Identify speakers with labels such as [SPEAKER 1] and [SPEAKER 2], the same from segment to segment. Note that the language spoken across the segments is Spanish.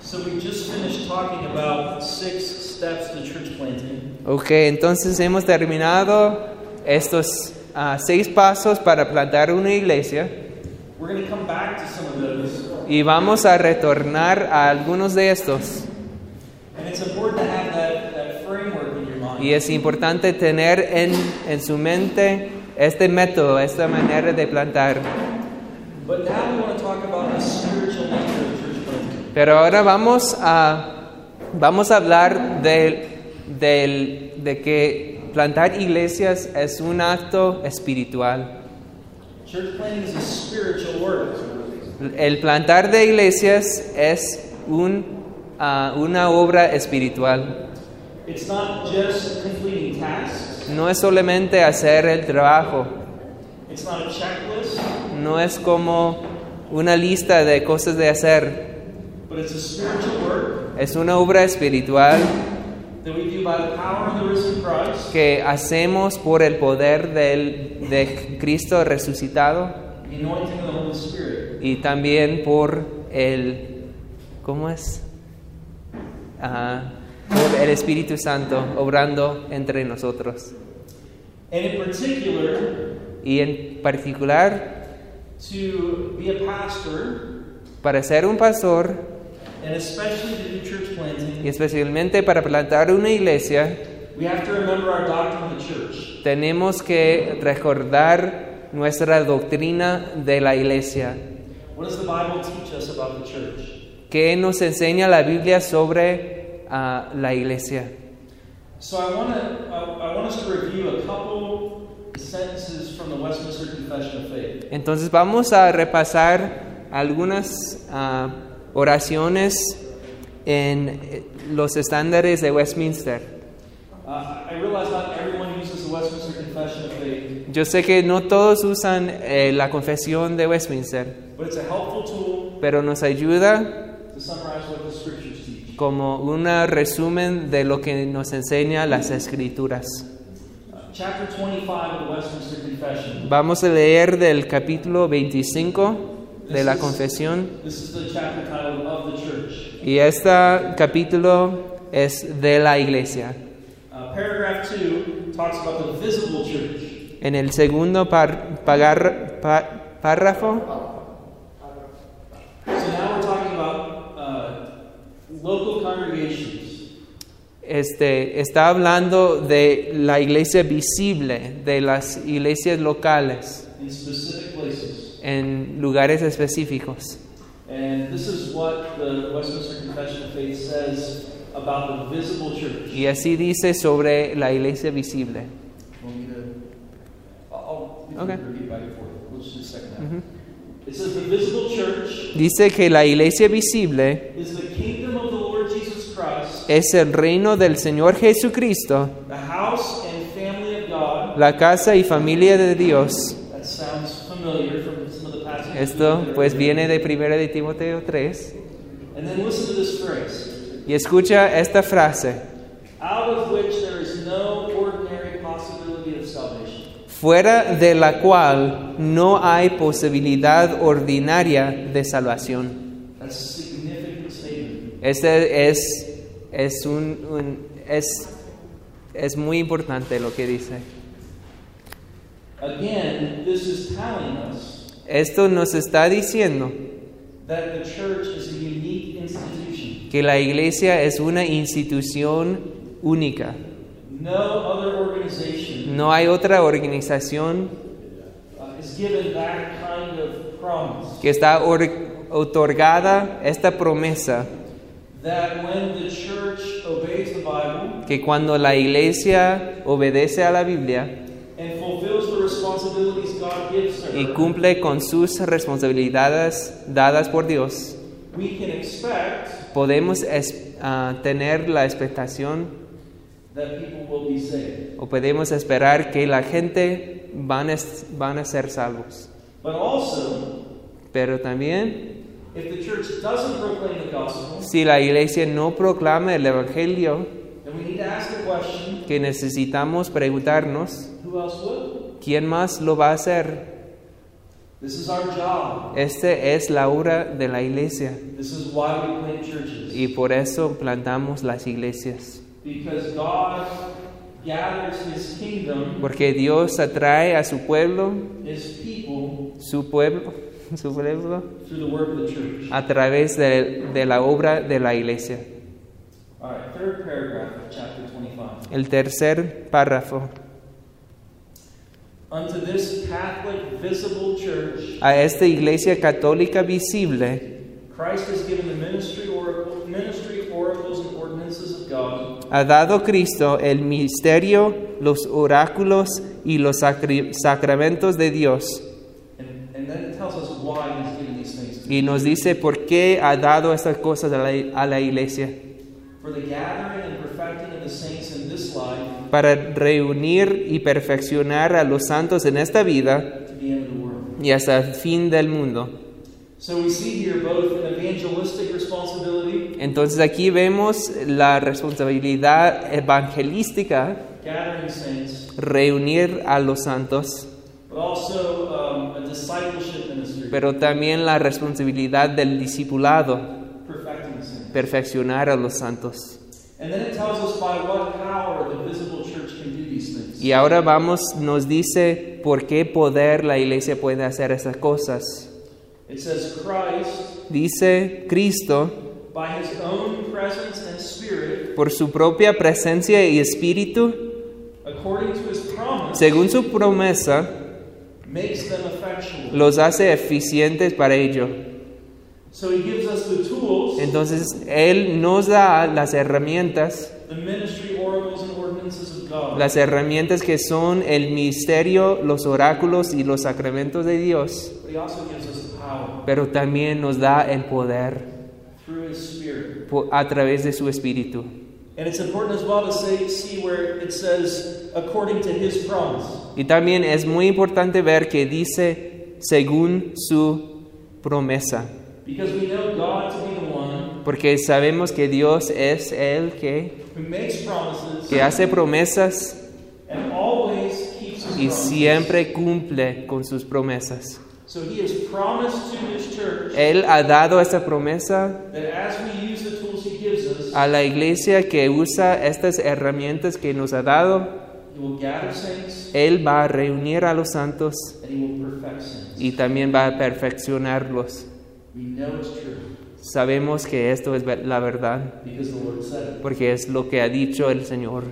[SPEAKER 1] So we just finished talking about six steps to church planting.
[SPEAKER 2] Ok, entonces hemos terminado estos ah, seis pasos para plantar una iglesia
[SPEAKER 1] We're going to come back to some of those.
[SPEAKER 2] y vamos a retornar a algunos de estos.
[SPEAKER 1] And it's important to have that, that framework in your mind.
[SPEAKER 2] Y es importante tener en, en su mente este método, esta manera de plantar.
[SPEAKER 1] But now we want to talk about the spiritual nature of church planting.
[SPEAKER 2] Pero ahora vamos a, vamos a hablar de, del- de que plantar iglesias es un acto espiritual.
[SPEAKER 1] Church planting is a spiritual work.
[SPEAKER 2] El plantar de iglesias es un, ah, una obra espiritual.
[SPEAKER 1] It's not just completing tasks.
[SPEAKER 2] No es solamente hacer el trabajo,
[SPEAKER 1] It's not a checklist,
[SPEAKER 2] no es como una lista de cosas de hacer.
[SPEAKER 1] but it's a spiritual work
[SPEAKER 2] Es una obra espiritual
[SPEAKER 1] that we do by the power of the risen Christ
[SPEAKER 2] que hacemos por el poder del, de Cristo resucitado
[SPEAKER 1] and the anointing of the Holy Spirit.
[SPEAKER 2] y también por el, ¿cómo es? Ah, por el Espíritu Santo obrando entre nosotros.
[SPEAKER 1] And in particular,
[SPEAKER 2] Y en particular,
[SPEAKER 1] to be a pastor,
[SPEAKER 2] para ser un pastor
[SPEAKER 1] and especially to do church planting,
[SPEAKER 2] y especialmente para plantar una iglesia,
[SPEAKER 1] we have to remember our doctrine of the church.
[SPEAKER 2] tenemos que recordar nuestra doctrina de la iglesia.
[SPEAKER 1] What does the Bible teach us about the church?
[SPEAKER 2] ¿Qué nos enseña la Biblia sobre ah, la iglesia?
[SPEAKER 1] So I want to I, I want us to review a couple sentences from the Westminster Confession of Faith.
[SPEAKER 2] Entonces vamos a repasar algunas ah, oraciones en eh, los estándares de Westminster.
[SPEAKER 1] Uh, I realize not everyone uses the Westminster Confession of Faith,
[SPEAKER 2] Yo sé que no todos usan eh, la confesión de Westminster,
[SPEAKER 1] but it's a helpful tool
[SPEAKER 2] pero nos ayuda
[SPEAKER 1] to summarize what the Scriptures teach.
[SPEAKER 2] como un resumen de lo que nos enseña las escrituras.
[SPEAKER 1] Uh, chapter 25 of the Westminster Confession.
[SPEAKER 2] Vamos a leer del capítulo 25 de la confesión.
[SPEAKER 1] This is the chapter title of the church.
[SPEAKER 2] Y este capítulo es de la iglesia.
[SPEAKER 1] Uh, paragraph 2 talks about the visible church.
[SPEAKER 2] En el segundo par- pagar- pa- párrafo,
[SPEAKER 1] So now we're talking about uh, local congregations.
[SPEAKER 2] este, está hablando de la iglesia visible, de las iglesias locales,
[SPEAKER 1] In specific places.
[SPEAKER 2] en lugares específicos.
[SPEAKER 1] And this is what the Westminster Confession of Faith says about the visible church.
[SPEAKER 2] Y así dice sobre la iglesia visible.
[SPEAKER 1] Want me to- I'll, I'll
[SPEAKER 2] Okay. Mm-hmm.
[SPEAKER 1] repeat back and forth. We'll just do the second half.
[SPEAKER 2] Ujú.
[SPEAKER 1] It says the visible church
[SPEAKER 2] Dice que la iglesia visible
[SPEAKER 1] is the kingdom of the Lord Jesus Christ,
[SPEAKER 2] es el reino del Señor Jesucristo,
[SPEAKER 1] the house and family of God.
[SPEAKER 2] la casa y familia de Dios.
[SPEAKER 1] That sounds familiar from some of the passages.
[SPEAKER 2] Esto
[SPEAKER 1] we've
[SPEAKER 2] pues
[SPEAKER 1] read.
[SPEAKER 2] viene de 1 de Timoteo 3.
[SPEAKER 1] And then listen to this phrase.
[SPEAKER 2] Y escucha esta frase,
[SPEAKER 1] Out of which there is no ordinary possibility of salvation.
[SPEAKER 2] fuera de la cual no hay posibilidad ordinaria de salvación.
[SPEAKER 1] That's a significant statement.
[SPEAKER 2] Este es, es, un, un- es, es muy importante lo que dice.
[SPEAKER 1] Again, this is telling us
[SPEAKER 2] Esto nos está diciendo
[SPEAKER 1] that the church is a unique institution.
[SPEAKER 2] que la iglesia es una institución única.
[SPEAKER 1] No other organization
[SPEAKER 2] No hay otra organización
[SPEAKER 1] uh, is given that kind of promise.
[SPEAKER 2] que está or- otorgada esta promesa
[SPEAKER 1] That when the church obeys the Bible
[SPEAKER 2] que cuando la iglesia obedece a la Biblia,
[SPEAKER 1] and fulfills the responsibilities God gives
[SPEAKER 2] y
[SPEAKER 1] her,
[SPEAKER 2] cumple con sus responsabilidades dadas por Dios,
[SPEAKER 1] we can expect
[SPEAKER 2] podemos es- ah, tener la expectación
[SPEAKER 1] that people will be saved.
[SPEAKER 2] o podemos esperar que la gente van a, es- van a ser salvos.
[SPEAKER 1] But also,
[SPEAKER 2] Pero también,
[SPEAKER 1] if the church doesn't proclaim the gospel,
[SPEAKER 2] si la iglesia no proclama el Evangelio,
[SPEAKER 1] then we need to ask the question
[SPEAKER 2] que necesitamos preguntarnos,
[SPEAKER 1] who else would?
[SPEAKER 2] ¿quién más lo va a hacer?
[SPEAKER 1] This is our job.
[SPEAKER 2] Esta Este es la obra de la iglesia
[SPEAKER 1] This is why we plant churches.
[SPEAKER 2] y por eso plantamos las iglesias.
[SPEAKER 1] Because God gathers his kingdom,
[SPEAKER 2] Porque Dios atrae a su pueblo,
[SPEAKER 1] his people,
[SPEAKER 2] su pueblo, su pueblo,
[SPEAKER 1] through the work of the church.
[SPEAKER 2] a través de, de la obra de la iglesia.
[SPEAKER 1] All right, third paragraph of chapter 25.
[SPEAKER 2] El tercer párrafo.
[SPEAKER 1] Unto this Catholic visible church,
[SPEAKER 2] A esta iglesia católica visible,
[SPEAKER 1] Christ has given the ministry, oracle, ministry oracles and ordinances of God,
[SPEAKER 2] ha dado Cristo el misterio, los oráculos y los sacri- sacramentos de Dios.
[SPEAKER 1] and, and then it tells us why he's given these things to
[SPEAKER 2] Y nos dice por qué ha dado estas cosas a la, a la iglesia.
[SPEAKER 1] for the gathering and perfecting of the saints in this life
[SPEAKER 2] Para reunir y perfeccionar a los santos en esta vida
[SPEAKER 1] to the end of the world.
[SPEAKER 2] y hasta el fin del mundo.
[SPEAKER 1] So we see here both an evangelistic responsibility
[SPEAKER 2] Entonces aquí vemos la responsabilidad evangelística,
[SPEAKER 1] gathering saints,
[SPEAKER 2] reunir a los santos,
[SPEAKER 1] but also um, a discipleship ministry,
[SPEAKER 2] pero también la responsabilidad del discipulado,
[SPEAKER 1] perfecting the saints.
[SPEAKER 2] perfeccionar a los santos.
[SPEAKER 1] And then it tells us by what power the visible church can do these things.
[SPEAKER 2] Y ahora vamos, nos dice por qué poder la iglesia puede hacer esas cosas.
[SPEAKER 1] It says Christ,
[SPEAKER 2] Dice Cristo
[SPEAKER 1] by his own presence and spirit,
[SPEAKER 2] por su propia presencia y espíritu,
[SPEAKER 1] according to his promise,
[SPEAKER 2] según su promesa,
[SPEAKER 1] makes them effectual.
[SPEAKER 2] los hace eficientes para ello.
[SPEAKER 1] So he gives us the tools,
[SPEAKER 2] Entonces, Él nos da las herramientas,
[SPEAKER 1] the ministry oracles and ordinances of God,
[SPEAKER 2] las herramientas que son el misterio, los oráculos y los sacramentos de Dios,
[SPEAKER 1] but he also gives us the power
[SPEAKER 2] pero también nos da el poder
[SPEAKER 1] through his spirit.
[SPEAKER 2] po- a través de su espíritu.
[SPEAKER 1] And it's important as well to say, see where it says, according to his promise.
[SPEAKER 2] Y también es muy importante ver que dice según su promesa,
[SPEAKER 1] Because we know God to be the one
[SPEAKER 2] porque sabemos que Dios es el que,
[SPEAKER 1] who makes promises
[SPEAKER 2] que hace promesas
[SPEAKER 1] and always keeps his
[SPEAKER 2] y
[SPEAKER 1] promises.
[SPEAKER 2] siempre cumple con sus promesas.
[SPEAKER 1] So he has promised to his church
[SPEAKER 2] Él ha dado esta promesa
[SPEAKER 1] that as we use the tools he gives us,
[SPEAKER 2] a la iglesia que usa estas herramientas que nos ha dado.
[SPEAKER 1] he will gather saints
[SPEAKER 2] Él va a reunir a los santos
[SPEAKER 1] and he will perfect saints.
[SPEAKER 2] y también va a perfeccionarlos.
[SPEAKER 1] We know it's true
[SPEAKER 2] Sabemos que esto es ver- la verdad,
[SPEAKER 1] because the Lord said it.
[SPEAKER 2] porque es lo que ha dicho el Señor.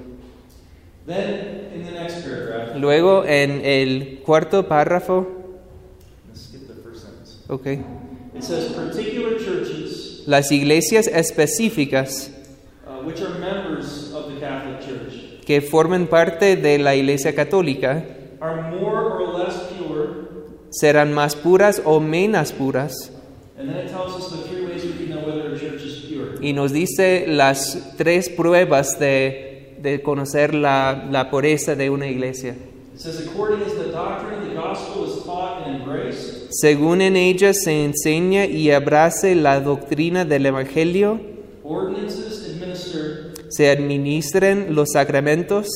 [SPEAKER 1] Then in the next paragraph,
[SPEAKER 2] Luego, en el cuarto párrafo,
[SPEAKER 1] let's skip the first sentence.
[SPEAKER 2] ok,
[SPEAKER 1] It says particular churches
[SPEAKER 2] las iglesias específicas
[SPEAKER 1] uh, which are members of the Catholic Church
[SPEAKER 2] que forman parte de la iglesia católica
[SPEAKER 1] are more or less pure.
[SPEAKER 2] serán más puras o menos puras.
[SPEAKER 1] And then it tells us the three ways we can know whether a church is pure.
[SPEAKER 2] Y nos dice las tres pruebas de, de conocer la, la pureza de una iglesia.
[SPEAKER 1] It says, according as the doctrine of the gospel is taught and embraced,
[SPEAKER 2] Según en ella se enseña y abrace la doctrina del Evangelio,
[SPEAKER 1] ordinances administered,
[SPEAKER 2] se administren los sacramentos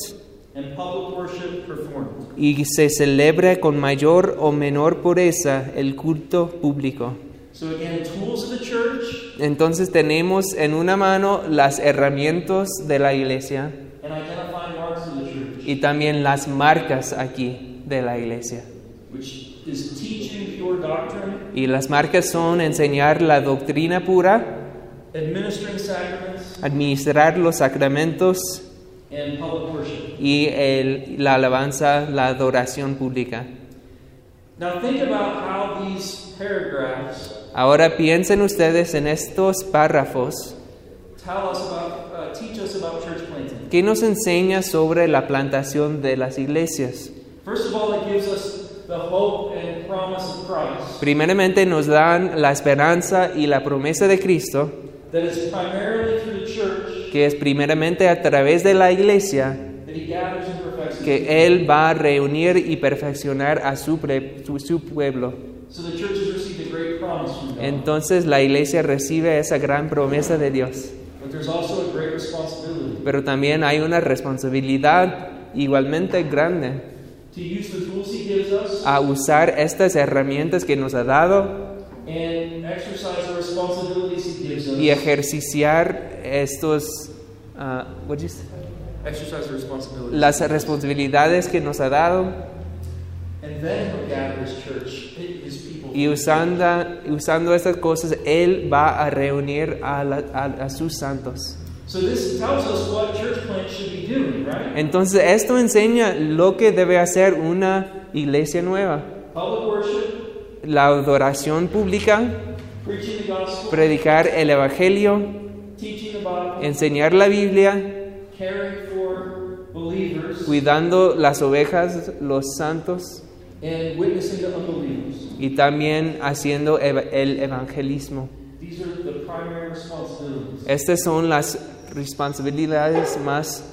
[SPEAKER 1] and public worship performed.
[SPEAKER 2] y se celebre con mayor o menor pureza el culto público.
[SPEAKER 1] So again, tools of the church
[SPEAKER 2] Entonces tenemos en una mano las herramientas de la iglesia
[SPEAKER 1] and identifying marks of the church,
[SPEAKER 2] y también las marcas aquí de la iglesia.
[SPEAKER 1] which is teaching pure doctrine,
[SPEAKER 2] Y las marcas son enseñar la doctrina pura,
[SPEAKER 1] administering sacraments,
[SPEAKER 2] administrar los sacramentos
[SPEAKER 1] and public worship.
[SPEAKER 2] y el- la alabanza, la adoración pública.
[SPEAKER 1] Now think about how these paragraphs
[SPEAKER 2] Ahora piensen ustedes en estos párrafos
[SPEAKER 1] tell us about, uh, teach us about church planting.
[SPEAKER 2] que nos enseña sobre la plantación de las iglesias.
[SPEAKER 1] First of all, it gives us the hope and promise of Christ.
[SPEAKER 2] Primeramente nos dan la esperanza y la promesa de Cristo,
[SPEAKER 1] that it's primarily through the church
[SPEAKER 2] que es primeramente a través de la iglesia
[SPEAKER 1] that he gathers and perfects his people.
[SPEAKER 2] que Él va a reunir y perfeccionar a su, pre- su- su pueblo.
[SPEAKER 1] So the church has received a great promise from God.
[SPEAKER 2] Entonces la iglesia recibe esa gran promesa de Dios,
[SPEAKER 1] but there's also a great responsibility
[SPEAKER 2] pero también hay una responsabilidad igualmente grande
[SPEAKER 1] to use the tools He gives us
[SPEAKER 2] a usar estas herramientas que nos ha dado
[SPEAKER 1] and exercise the responsibilities He gives us.
[SPEAKER 2] y ejerciciar estos, ah, what you say?
[SPEAKER 1] Exercise the responsibilities.
[SPEAKER 2] las responsabilidades que nos ha dado
[SPEAKER 1] And then He'll gather His church, His people.
[SPEAKER 2] y usando, usando estas cosas Él va a reunir a, la- a- a sus santos.
[SPEAKER 1] So this tells us what church plants should be doing, right?
[SPEAKER 2] Entonces esto enseña lo que debe hacer una iglesia nueva.
[SPEAKER 1] Public worship,
[SPEAKER 2] La adoración pública,
[SPEAKER 1] preaching the gospel,
[SPEAKER 2] predicar el Evangelio,
[SPEAKER 1] teaching the Bible,
[SPEAKER 2] enseñar la Biblia,
[SPEAKER 1] caring for believers,
[SPEAKER 2] cuidando las ovejas, los santos
[SPEAKER 1] and witnessing to unbelievers.
[SPEAKER 2] y también haciendo eva- el evangelismo.
[SPEAKER 1] These are the primary responsibilities.
[SPEAKER 2] Estas son las responsabilidades más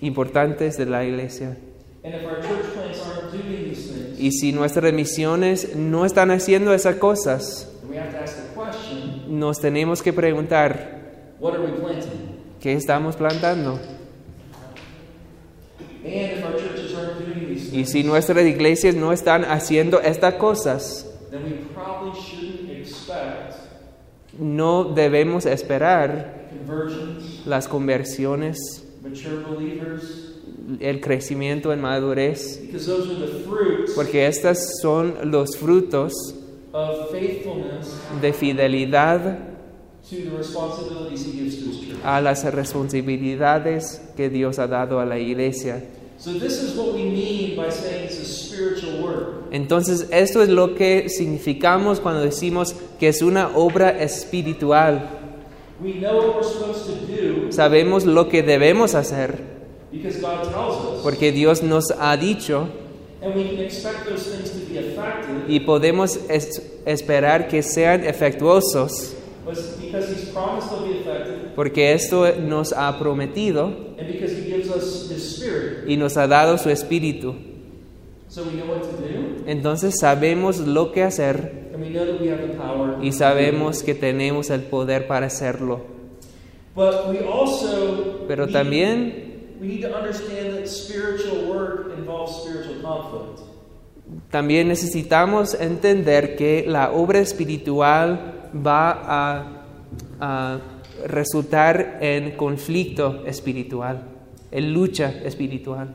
[SPEAKER 2] importantes de la iglesia.
[SPEAKER 1] And if our church plants aren't doing these things,
[SPEAKER 2] Y si nuestras misiones no están haciendo esas cosas,
[SPEAKER 1] then we have to ask the question
[SPEAKER 2] nos tenemos que preguntar,
[SPEAKER 1] what are we planting?
[SPEAKER 2] ¿qué estamos plantando?
[SPEAKER 1] And if our churches aren't doing these
[SPEAKER 2] Y
[SPEAKER 1] things,
[SPEAKER 2] si nuestras iglesias no están haciendo estas cosas,
[SPEAKER 1] then we probably shouldn't expect
[SPEAKER 2] no debemos esperar
[SPEAKER 1] conversions,
[SPEAKER 2] las conversiones,
[SPEAKER 1] mature believers,
[SPEAKER 2] el crecimiento en madurez,
[SPEAKER 1] because those are the fruits
[SPEAKER 2] porque estos son los frutos
[SPEAKER 1] of faithfulness
[SPEAKER 2] de fidelidad
[SPEAKER 1] to the responsibilities he gives to his church.
[SPEAKER 2] a las responsabilidades que Dios ha dado a la iglesia.
[SPEAKER 1] So this is what we mean by saying it's a spiritual work.
[SPEAKER 2] Entonces, esto es lo que significamos cuando decimos que es una obra espiritual.
[SPEAKER 1] We know what we're supposed to do
[SPEAKER 2] Sabemos lo que debemos hacer
[SPEAKER 1] because God tells us.
[SPEAKER 2] porque Dios nos ha dicho
[SPEAKER 1] And we can expect those things to be effective
[SPEAKER 2] y podemos es- esperar que sean efectuosos
[SPEAKER 1] but because he's promised they'll be effective
[SPEAKER 2] porque esto nos ha prometido
[SPEAKER 1] and because he gives us his spirit.
[SPEAKER 2] y nos ha dado su espíritu.
[SPEAKER 1] So we know what to do
[SPEAKER 2] Entonces sabemos lo que hacer
[SPEAKER 1] and we know that we have the power.
[SPEAKER 2] y sabemos que tenemos el poder para hacerlo.
[SPEAKER 1] But we also
[SPEAKER 2] Pero
[SPEAKER 1] need-
[SPEAKER 2] también
[SPEAKER 1] we need to understand that spiritual work involves spiritual conflict.
[SPEAKER 2] También necesitamos entender que la obra espiritual va a, a resultar en conflicto espiritual, en lucha espiritual.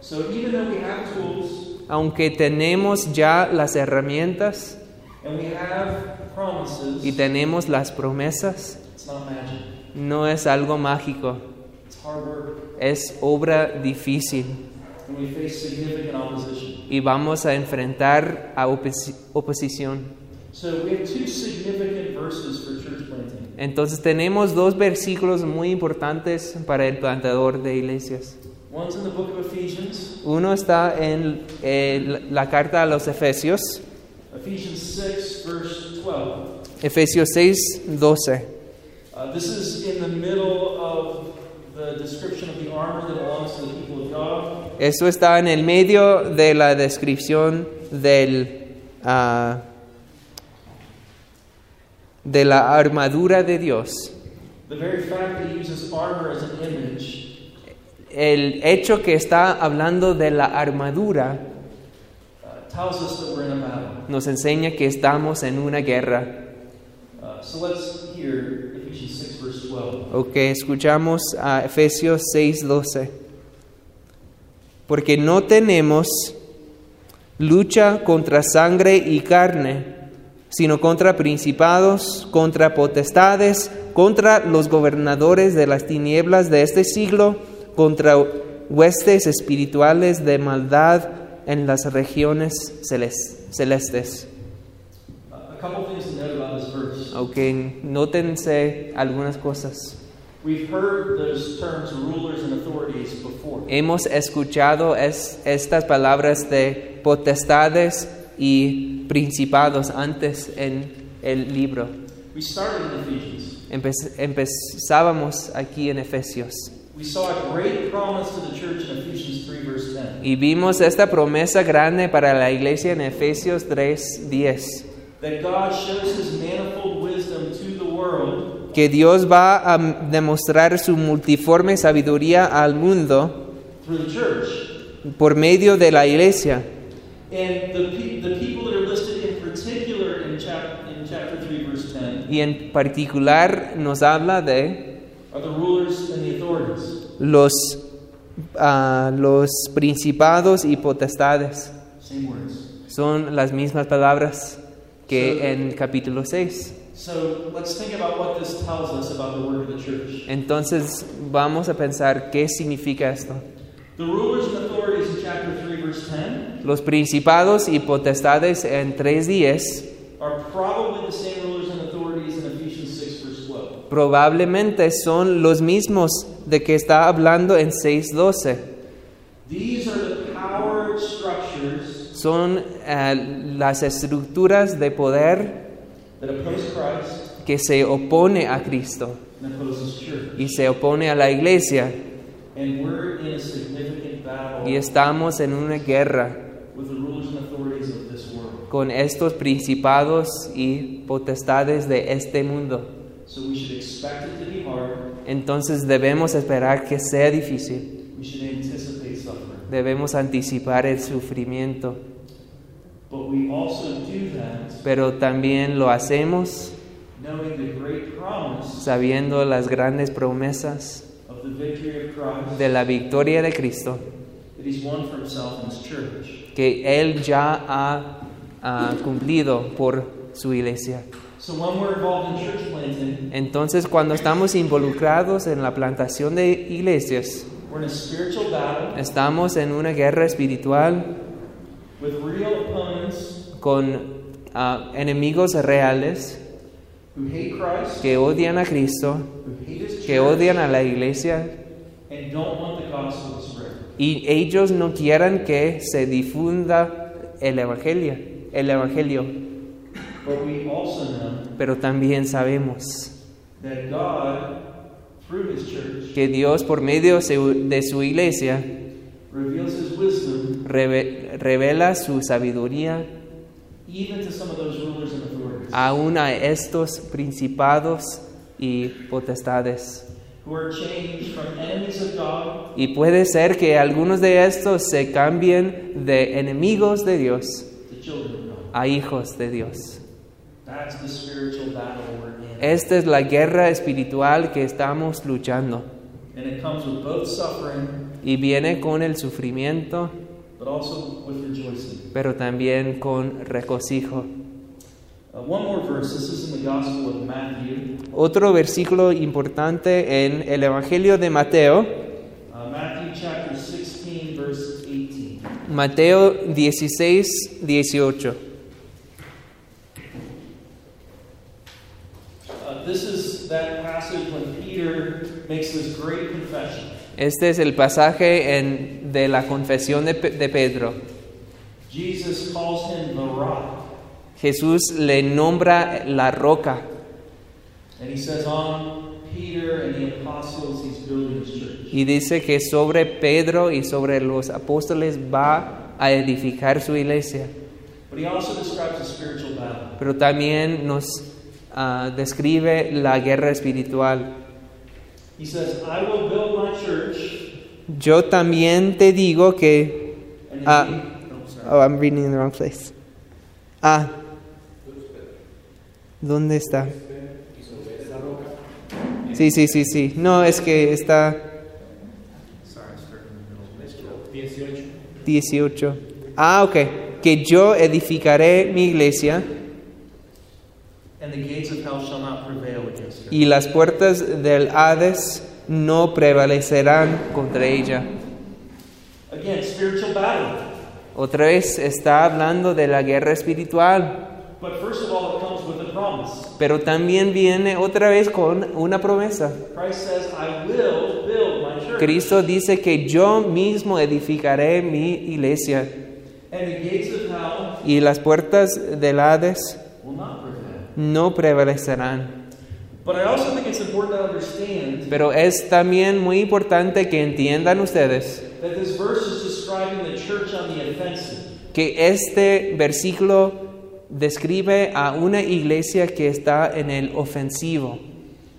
[SPEAKER 1] So even though we have tools
[SPEAKER 2] Aunque tenemos ya las herramientas
[SPEAKER 1] And we have promises.
[SPEAKER 2] y tenemos las promesas,
[SPEAKER 1] It's not magic.
[SPEAKER 2] no es algo mágico,
[SPEAKER 1] It's hard work.
[SPEAKER 2] es obra difícil
[SPEAKER 1] And we face significant opposition.
[SPEAKER 2] y vamos a enfrentar a oposi- oposición.
[SPEAKER 1] So we have two significant verses for church planting.
[SPEAKER 2] Entonces tenemos dos versículos muy importantes para el plantador de iglesias.
[SPEAKER 1] One's in the book of Ephesians,
[SPEAKER 2] Uno está en eh, la carta a los Efesios,
[SPEAKER 1] Ephesians 6, verse 12.
[SPEAKER 2] Efesios 6, 12.
[SPEAKER 1] Uh, this is in the middle of the description of the armor that belongs to the people of God.
[SPEAKER 2] Esto está en el medio de la descripción del, ah, de la armadura de Dios.
[SPEAKER 1] The very fact that he uses armor as an image
[SPEAKER 2] El hecho que está hablando de la armadura
[SPEAKER 1] uh, tells us that we're in a battle.
[SPEAKER 2] nos enseña que estamos en una guerra.
[SPEAKER 1] Uh, so let's hear Ephesians 6, verse 12.
[SPEAKER 2] Ok, escuchamos a Efesios 6:12. Porque no tenemos lucha contra sangre y carne, sino contra principados, contra potestades, contra los gobernadores de las tinieblas de este siglo, contra huestes espirituales de maldad en las regiones celes- celestes.
[SPEAKER 1] Uh, A couple things to note about this verse.
[SPEAKER 2] Ok, nótense algunas cosas.
[SPEAKER 1] We've heard those terms rulers and authorities before.
[SPEAKER 2] Hemos escuchado es- estas palabras de potestades y principados antes en el libro.
[SPEAKER 1] We started in Ephesians.
[SPEAKER 2] Empe- empezábamos aquí en Efesios
[SPEAKER 1] We saw a great promise to the church in Ephesians 3, verse 10,
[SPEAKER 2] y vimos esta promesa grande para la iglesia en Efesios 3:10,
[SPEAKER 1] that God shows his manifold wisdom to the world
[SPEAKER 2] que Dios va a m- demostrar su multiforme sabiduría al mundo
[SPEAKER 1] through the church.
[SPEAKER 2] por medio de la iglesia.
[SPEAKER 1] And the, pe- the people that are listed in particular in, chap- in chapter 3, verse 10,
[SPEAKER 2] Y en particular nos habla de
[SPEAKER 1] are the rulers and the authorities.
[SPEAKER 2] los, ah, los principados y potestades.
[SPEAKER 1] Same words.
[SPEAKER 2] Son las mismas palabras que en capítulo 6.
[SPEAKER 1] So let's think about what this tells us about the work of the church.
[SPEAKER 2] Entonces vamos a pensar qué significa esto.
[SPEAKER 1] The rulers and authorities in chapter 3, verse 10,
[SPEAKER 2] Los principados y potestades en tres días
[SPEAKER 1] are probably the same rulers and authorities in Ephesians 6, verse 12.
[SPEAKER 2] probablemente son los mismos de que está hablando en 6.12.
[SPEAKER 1] These are the power structures
[SPEAKER 2] Son eh, las estructuras de poder
[SPEAKER 1] that oppose Christ
[SPEAKER 2] que se opone a Cristo
[SPEAKER 1] and oppose His church.
[SPEAKER 2] y se opone a la iglesia.
[SPEAKER 1] And we're in a significant battle
[SPEAKER 2] Y estamos en una guerra
[SPEAKER 1] with the rulers and authorities of this world.
[SPEAKER 2] con estos principados y potestades de este mundo.
[SPEAKER 1] So we should expect it to be hard.
[SPEAKER 2] Entonces debemos esperar que sea difícil.
[SPEAKER 1] We should anticipate suffering.
[SPEAKER 2] Debemos anticipar el sufrimiento,
[SPEAKER 1] But we also do that
[SPEAKER 2] pero también lo hacemos
[SPEAKER 1] knowing the great promise
[SPEAKER 2] sabiendo las grandes promesas
[SPEAKER 1] of the victory of Christ
[SPEAKER 2] de la victoria de Cristo
[SPEAKER 1] that He's won for Himself and His church.
[SPEAKER 2] que Él ya ha ah, cumplido por su iglesia.
[SPEAKER 1] So when we're involved in church planting,
[SPEAKER 2] Entonces cuando estamos involucrados en la plantación de iglesias,
[SPEAKER 1] we're in a spiritual battle
[SPEAKER 2] estamos en una guerra espiritual
[SPEAKER 1] with real opponents
[SPEAKER 2] con ah, enemigos reales
[SPEAKER 1] who hate Christ,
[SPEAKER 2] que odian a Cristo,
[SPEAKER 1] who hate His
[SPEAKER 2] que
[SPEAKER 1] church,
[SPEAKER 2] odian a la iglesia
[SPEAKER 1] and don't want the gospel to spread.
[SPEAKER 2] y ellos no quieran que se difunda el evangelio, el evangelio,
[SPEAKER 1] But we also know
[SPEAKER 2] pero también sabemos
[SPEAKER 1] that God, through His church,
[SPEAKER 2] que Dios por medio se- de su iglesia
[SPEAKER 1] reveals His wisdom
[SPEAKER 2] reve- revela su sabiduría
[SPEAKER 1] even to some of those rulers and authorities
[SPEAKER 2] aún a estos principados y potestades.
[SPEAKER 1] who are changed from enemies of God
[SPEAKER 2] Y puede ser que algunos de estos se cambien de enemigos de Dios
[SPEAKER 1] to children of God.
[SPEAKER 2] a hijos de Dios.
[SPEAKER 1] That's the spiritual battle we're in.
[SPEAKER 2] Esta es la guerra espiritual que estamos luchando.
[SPEAKER 1] And it comes with both suffering,
[SPEAKER 2] y viene con el sufrimiento,
[SPEAKER 1] but also with rejoicing.
[SPEAKER 2] pero también con regocijo.
[SPEAKER 1] Uh, one more verse. This is in the Gospel of Matthew.
[SPEAKER 2] Otro versículo importante en el Evangelio de Mateo,
[SPEAKER 1] Uh, Matthew chapter 16, verse 18.
[SPEAKER 2] Mateo 16, 18.
[SPEAKER 1] Uh, this is that passage when Peter makes this great confession.
[SPEAKER 2] Este es el pasaje en- de la confesión de, Pe- de Pedro.
[SPEAKER 1] Jesus calls him the rock,
[SPEAKER 2] Jesús le nombra la roca
[SPEAKER 1] and he says, On Peter and the apostles, he's building his church.
[SPEAKER 2] y dice que sobre Pedro y sobre los apóstoles va a edificar su iglesia.
[SPEAKER 1] But he also describes a spiritual battle.
[SPEAKER 2] Pero también nos ah, describe la guerra espiritual.
[SPEAKER 1] He says, I will build my church,
[SPEAKER 2] Yo también te digo que.
[SPEAKER 1] and the
[SPEAKER 2] Ah.
[SPEAKER 1] gate- oh, sorry.
[SPEAKER 2] Oh, I'm reading in the wrong place. Ah. ¿Dónde está? Sí, sí, sí, sí. No, es que está 18. Ah, ok. Que yo edificaré mi iglesia
[SPEAKER 1] and the gates of hell shall not prevail against her.
[SPEAKER 2] y las puertas del Hades no prevalecerán contra ella.
[SPEAKER 1] Again, spiritual battle.
[SPEAKER 2] Otra vez está hablando de la guerra espiritual.
[SPEAKER 1] But first of all, it comes with a promise.
[SPEAKER 2] Pero también viene otra vez con una promesa.
[SPEAKER 1] Christ says, I will build my church,
[SPEAKER 2] Cristo dice que yo mismo edificaré mi iglesia
[SPEAKER 1] and the gates of hell
[SPEAKER 2] y las puertas del Hades
[SPEAKER 1] will not prevail.
[SPEAKER 2] no prevalecerán.
[SPEAKER 1] But I also think it's important to understand
[SPEAKER 2] Pero es también muy importante que entiendan ustedes
[SPEAKER 1] that this verse is describing the church on the offensive.
[SPEAKER 2] que este versículo describe a una iglesia que está en el ofensivo.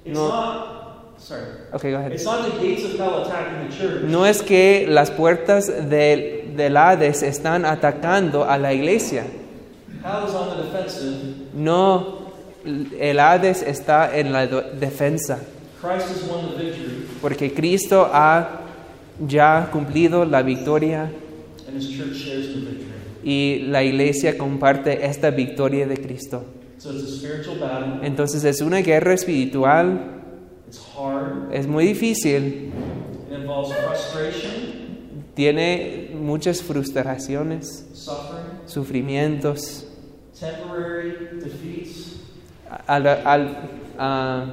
[SPEAKER 1] It's
[SPEAKER 2] No.
[SPEAKER 1] not Sorry.
[SPEAKER 2] Okay, go ahead.
[SPEAKER 1] It's not the gates of hell attacking the church.
[SPEAKER 2] No es que las puertas del, del Hades están atacando a la iglesia.
[SPEAKER 1] Hell is on the defensive.
[SPEAKER 2] No, el Hades está en la do- defensa,
[SPEAKER 1] Christ has won the victory,
[SPEAKER 2] porque Cristo ha ya cumplido la victoria
[SPEAKER 1] and his church shares the victory.
[SPEAKER 2] y la iglesia comparte esta victoria de Cristo.
[SPEAKER 1] So it's a spiritual battle.
[SPEAKER 2] Entonces es una guerra espiritual,
[SPEAKER 1] It's hard.
[SPEAKER 2] es muy difícil,
[SPEAKER 1] It involves frustration,
[SPEAKER 2] tiene muchas frustraciones,
[SPEAKER 1] suffering,
[SPEAKER 2] sufrimientos,
[SPEAKER 1] temporary defeats,
[SPEAKER 2] al- al- ah,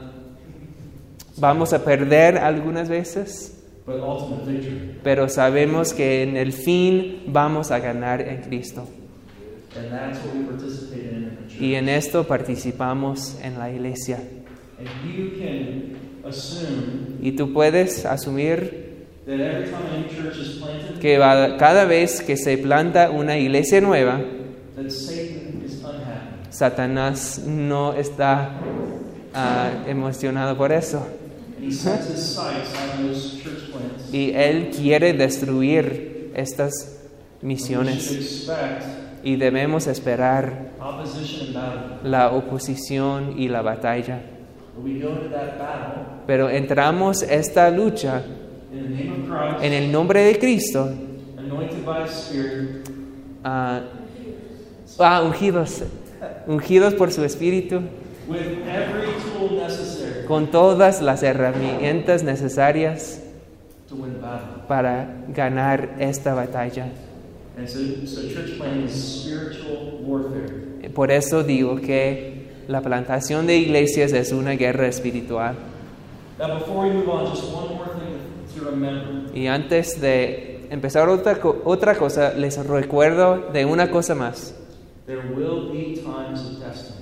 [SPEAKER 2] vamos a perder algunas veces,
[SPEAKER 1] but ultimate victory.
[SPEAKER 2] pero sabemos que en el fin vamos a ganar en Cristo.
[SPEAKER 1] And that's what we participate in in the church.
[SPEAKER 2] Y en esto participamos en la iglesia.
[SPEAKER 1] And you can assume
[SPEAKER 2] Y tú puedes asumir
[SPEAKER 1] that every time a new church is planted,
[SPEAKER 2] que va- cada vez que se planta una iglesia nueva,
[SPEAKER 1] that Satan is unhappy.
[SPEAKER 2] Satanás no está ah, emocionado por eso.
[SPEAKER 1] And he sets his sights on those church plants.
[SPEAKER 2] Y él quiere destruir estas
[SPEAKER 1] We should
[SPEAKER 2] misiones.
[SPEAKER 1] expect
[SPEAKER 2] Y debemos esperar
[SPEAKER 1] opposition and battle.
[SPEAKER 2] la oposición y la batalla.
[SPEAKER 1] But we go into that battle
[SPEAKER 2] Pero entramos esta lucha
[SPEAKER 1] in the name of Christ,
[SPEAKER 2] en el nombre de Cristo,
[SPEAKER 1] anointed by His Spirit,
[SPEAKER 2] ah, ah, ungidos, ungidos por su Espíritu,
[SPEAKER 1] with every tool necessary
[SPEAKER 2] con todas las herramientas necesarias
[SPEAKER 1] to win the battle.
[SPEAKER 2] para ganar esta batalla.
[SPEAKER 1] And so, so church planting is spiritual warfare.
[SPEAKER 2] Por eso digo que la plantación de iglesias es una guerra espiritual.
[SPEAKER 1] Now, before we move on, just one more thing to remember.
[SPEAKER 2] Y antes de empezar otra, co- otra cosa, les recuerdo de una cosa más.
[SPEAKER 1] There will be times of testing.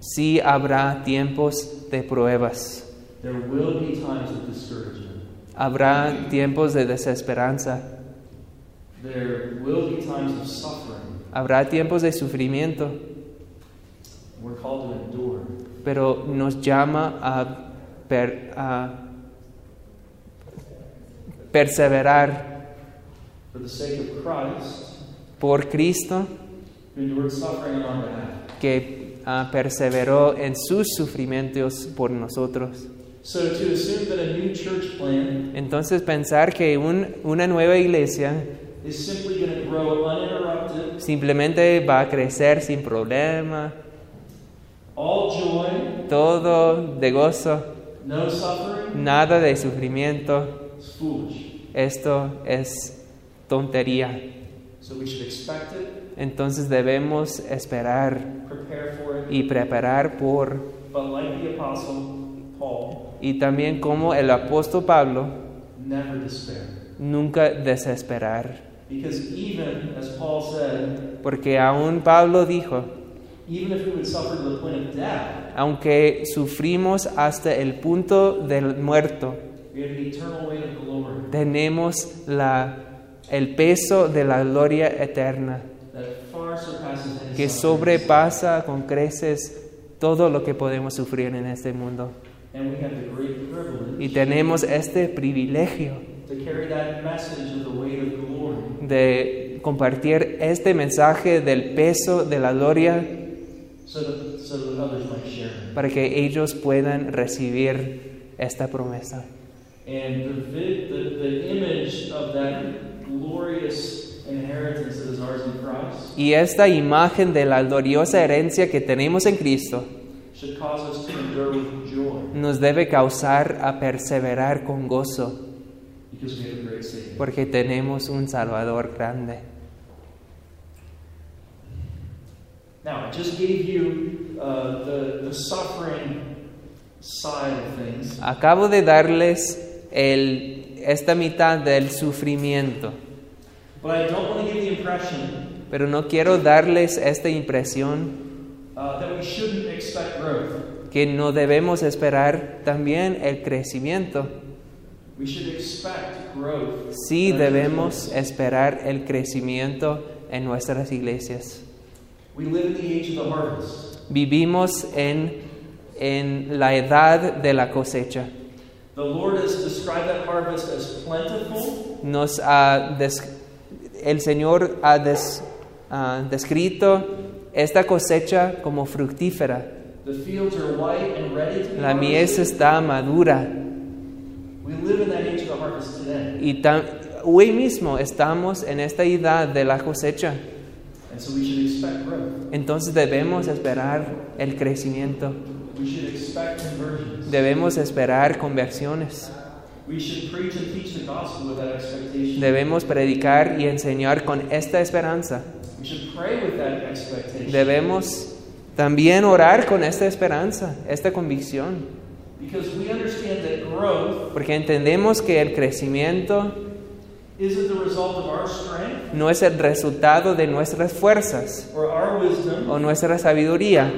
[SPEAKER 2] Sí habrá tiempos de pruebas,
[SPEAKER 1] There will be times of discouragement.
[SPEAKER 2] habrá tiempos de desesperanza,
[SPEAKER 1] There will be times of suffering.
[SPEAKER 2] habrá tiempos de sufrimiento,
[SPEAKER 1] We're called to endure.
[SPEAKER 2] pero nos llama a, per- a perseverar
[SPEAKER 1] For the sake of Christ,
[SPEAKER 2] por Cristo
[SPEAKER 1] who endured suffering on our behalf.
[SPEAKER 2] que ah, perseveró en sus sufrimientos por nosotros.
[SPEAKER 1] So to assume that a new church plan
[SPEAKER 2] Entonces pensar que un- una nueva iglesia
[SPEAKER 1] is simply going to grow uninterrupted,
[SPEAKER 2] simplemente va a crecer sin problema,
[SPEAKER 1] all joy,
[SPEAKER 2] todo de gozo,
[SPEAKER 1] no suffering,
[SPEAKER 2] nada de sufrimiento,
[SPEAKER 1] is foolish.
[SPEAKER 2] esto es tontería.
[SPEAKER 1] So we should expect it,
[SPEAKER 2] Entonces debemos esperar
[SPEAKER 1] prepare for it.
[SPEAKER 2] y preparar por,
[SPEAKER 1] But like the apostle Paul,
[SPEAKER 2] y también como el apóstol Pablo,
[SPEAKER 1] never despair.
[SPEAKER 2] nunca desesperar.
[SPEAKER 1] Because even, as Paul said,
[SPEAKER 2] Porque aún Pablo dijo,
[SPEAKER 1] even if we would suffer to the point of death,
[SPEAKER 2] aunque sufrimos hasta el punto del muerto,
[SPEAKER 1] we have an eternal weight of glory
[SPEAKER 2] tenemos la, el peso de la gloria eterna
[SPEAKER 1] that far surpasses any
[SPEAKER 2] que
[SPEAKER 1] suffering.
[SPEAKER 2] sobrepasa con creces todo lo que podemos sufrir en este mundo.
[SPEAKER 1] And we have the great privilege
[SPEAKER 2] Y tenemos este privilegio
[SPEAKER 1] to carry that message of the weight of glory
[SPEAKER 2] de compartir este mensaje del peso de la gloria
[SPEAKER 1] so that, so that others might share it.
[SPEAKER 2] para que ellos puedan recibir esta promesa.
[SPEAKER 1] And the, vi- the, the image of that glorious inheritance that is ours in Christ
[SPEAKER 2] Y esta imagen de la gloriosa herencia que tenemos en Cristo
[SPEAKER 1] should cause us to endure with joy
[SPEAKER 2] nos debe causar a perseverar con gozo,
[SPEAKER 1] because we have a great Savior.
[SPEAKER 2] porque tenemos un Salvador grande.
[SPEAKER 1] Now, I just gave you uh, the, the suffering side of things.
[SPEAKER 2] Acabo de darles el- esta mitad del sufrimiento,
[SPEAKER 1] But I don't want to give the impression
[SPEAKER 2] pero no quiero darles esta impresión
[SPEAKER 1] uh, that we shouldn't expect growth.
[SPEAKER 2] que no debemos esperar también el crecimiento.
[SPEAKER 1] We should expect growth.
[SPEAKER 2] Sí debemos esperar el crecimiento en nuestras iglesias.
[SPEAKER 1] We live in the age of the harvest.
[SPEAKER 2] Vivimos en, en la edad de la cosecha.
[SPEAKER 1] The Lord has described that harvest as plentiful,
[SPEAKER 2] Nos ha des- el Señor ha des- ah, descrito esta cosecha como fructífera.
[SPEAKER 1] the fields are white and ready to be
[SPEAKER 2] La mies
[SPEAKER 1] harvested.
[SPEAKER 2] está madura
[SPEAKER 1] We live in that age of the harvest today.
[SPEAKER 2] y tam- hoy mismo estamos en esta edad de la cosecha.
[SPEAKER 1] And so we should expect growth.
[SPEAKER 2] Entonces debemos esperar el crecimiento,
[SPEAKER 1] We should expect conversions.
[SPEAKER 2] debemos esperar conversiones,
[SPEAKER 1] We should preach and teach the gospel with that expectation.
[SPEAKER 2] debemos predicar y enseñar con esta esperanza,
[SPEAKER 1] We should pray with that expectation.
[SPEAKER 2] debemos también orar con esta esperanza, esta convicción,
[SPEAKER 1] Because we understand that growth
[SPEAKER 2] porque entendemos que el crecimiento
[SPEAKER 1] isn't the result of our strength
[SPEAKER 2] no es el resultado de nuestras fuerzas
[SPEAKER 1] or our wisdom.
[SPEAKER 2] o nuestra sabiduría,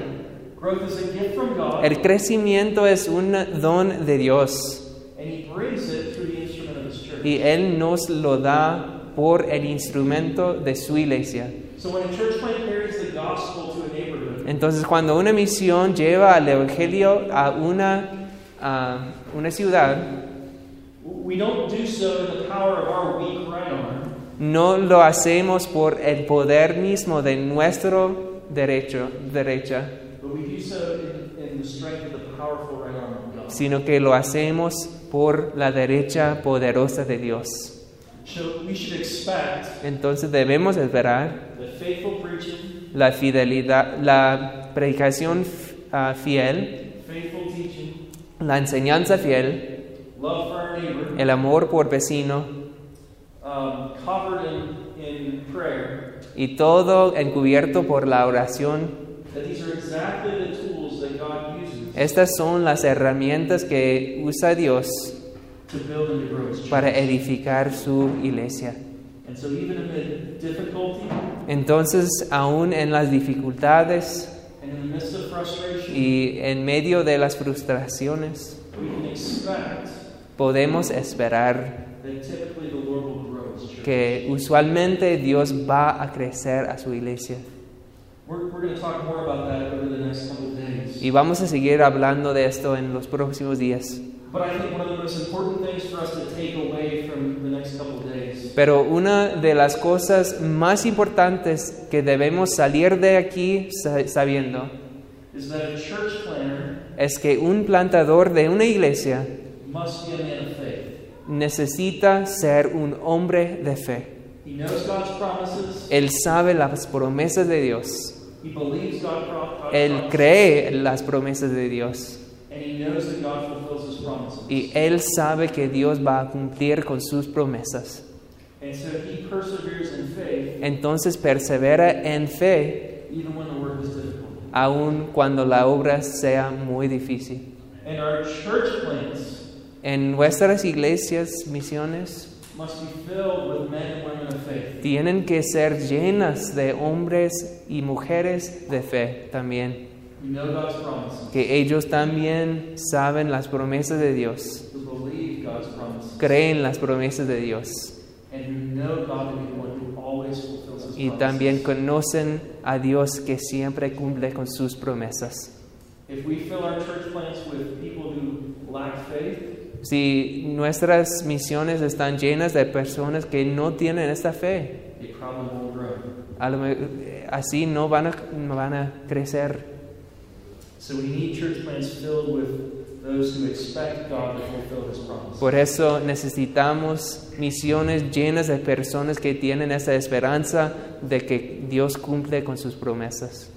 [SPEAKER 1] Growth is a gift from God,
[SPEAKER 2] el crecimiento es un don de Dios
[SPEAKER 1] and He brings it through the instrument of His church.
[SPEAKER 2] y Él nos lo da por el instrumento de su iglesia.
[SPEAKER 1] So when a church plant carries the gospel to a neighborhood,
[SPEAKER 2] Entonces, cuando una misión lleva al Evangelio a una, a una ciudad,
[SPEAKER 1] we don't do so in the power of our weak right arm.
[SPEAKER 2] no lo hacemos por el poder mismo de nuestro derecho, derecha,
[SPEAKER 1] But we do so in, in the strength of the powerful right arm of God.
[SPEAKER 2] sino que lo hacemos por la derecha poderosa de Dios.
[SPEAKER 1] So we should expect
[SPEAKER 2] Entonces debemos esperar
[SPEAKER 1] that faithful preaching,
[SPEAKER 2] la fidelidad, la predicación ah, fiel,
[SPEAKER 1] faithful teaching,
[SPEAKER 2] la enseñanza fiel,
[SPEAKER 1] love for our neighbor,
[SPEAKER 2] el amor por vecino
[SPEAKER 1] um, covered in, in prayer,
[SPEAKER 2] y todo encubierto por la oración
[SPEAKER 1] that these are exactly the tools that God uses
[SPEAKER 2] Estas son las herramientas que usa Dios
[SPEAKER 1] to build and to grow His church.
[SPEAKER 2] para edificar su iglesia.
[SPEAKER 1] And so even amid difficulty
[SPEAKER 2] Entonces, aún en las dificultades
[SPEAKER 1] and in the midst of frustration,
[SPEAKER 2] y en medio de las frustraciones,
[SPEAKER 1] we can expect
[SPEAKER 2] podemos esperar
[SPEAKER 1] that typically the Lord will grow His church.
[SPEAKER 2] que usualmente Dios va a crecer a su iglesia.
[SPEAKER 1] We're, we're going to talk more about that over the next couple of days.
[SPEAKER 2] Y vamos a seguir hablando de esto en los próximos días.
[SPEAKER 1] But I think one of the most important things for us to take away from the next couple of days
[SPEAKER 2] Pero una de las cosas más importantes que debemos salir de aquí sa- sabiendo
[SPEAKER 1] is that a church planner
[SPEAKER 2] es que un plantador de una iglesia
[SPEAKER 1] must be a man of faith.
[SPEAKER 2] necesita ser un hombre de fe.
[SPEAKER 1] He knows God's promises.
[SPEAKER 2] Él sabe las promesas de Dios.
[SPEAKER 1] He believes God pro- God's
[SPEAKER 2] Él
[SPEAKER 1] promises,
[SPEAKER 2] cree en las promesas de Dios.
[SPEAKER 1] and he knows that God fulfills His promises.
[SPEAKER 2] Y él sabe que Dios va a cumplir con sus promesas.
[SPEAKER 1] and so he perseveres in faith,
[SPEAKER 2] Entonces persevera en fe,
[SPEAKER 1] even when the work is difficult.
[SPEAKER 2] aun cuando la obra sea muy difícil.
[SPEAKER 1] And our church plants
[SPEAKER 2] En nuestras iglesias, misiones,
[SPEAKER 1] must be filled with men and women of faith.
[SPEAKER 2] tienen que ser llenas de hombres y mujeres de fe también.
[SPEAKER 1] who know God's promises,
[SPEAKER 2] que ellos también saben las promesas de Dios,
[SPEAKER 1] who believe God's promises,
[SPEAKER 2] creen las promesas de Dios
[SPEAKER 1] and who know God to be the one who always fulfills His
[SPEAKER 2] y
[SPEAKER 1] promises.
[SPEAKER 2] también conocen a Dios que siempre cumple con sus promesas.
[SPEAKER 1] if we fill our church plants with people who lack faith,
[SPEAKER 2] Si nuestras misiones están llenas de personas que no tienen esta fe,
[SPEAKER 1] they probably won't grow.
[SPEAKER 2] a lo me- así no van a, no van a crecer.
[SPEAKER 1] So we need church plants filled with those who expect God to fulfill His promises.
[SPEAKER 2] Por eso necesitamos misiones llenas de personas que tienen esa esperanza de que Dios cumple con sus promesas.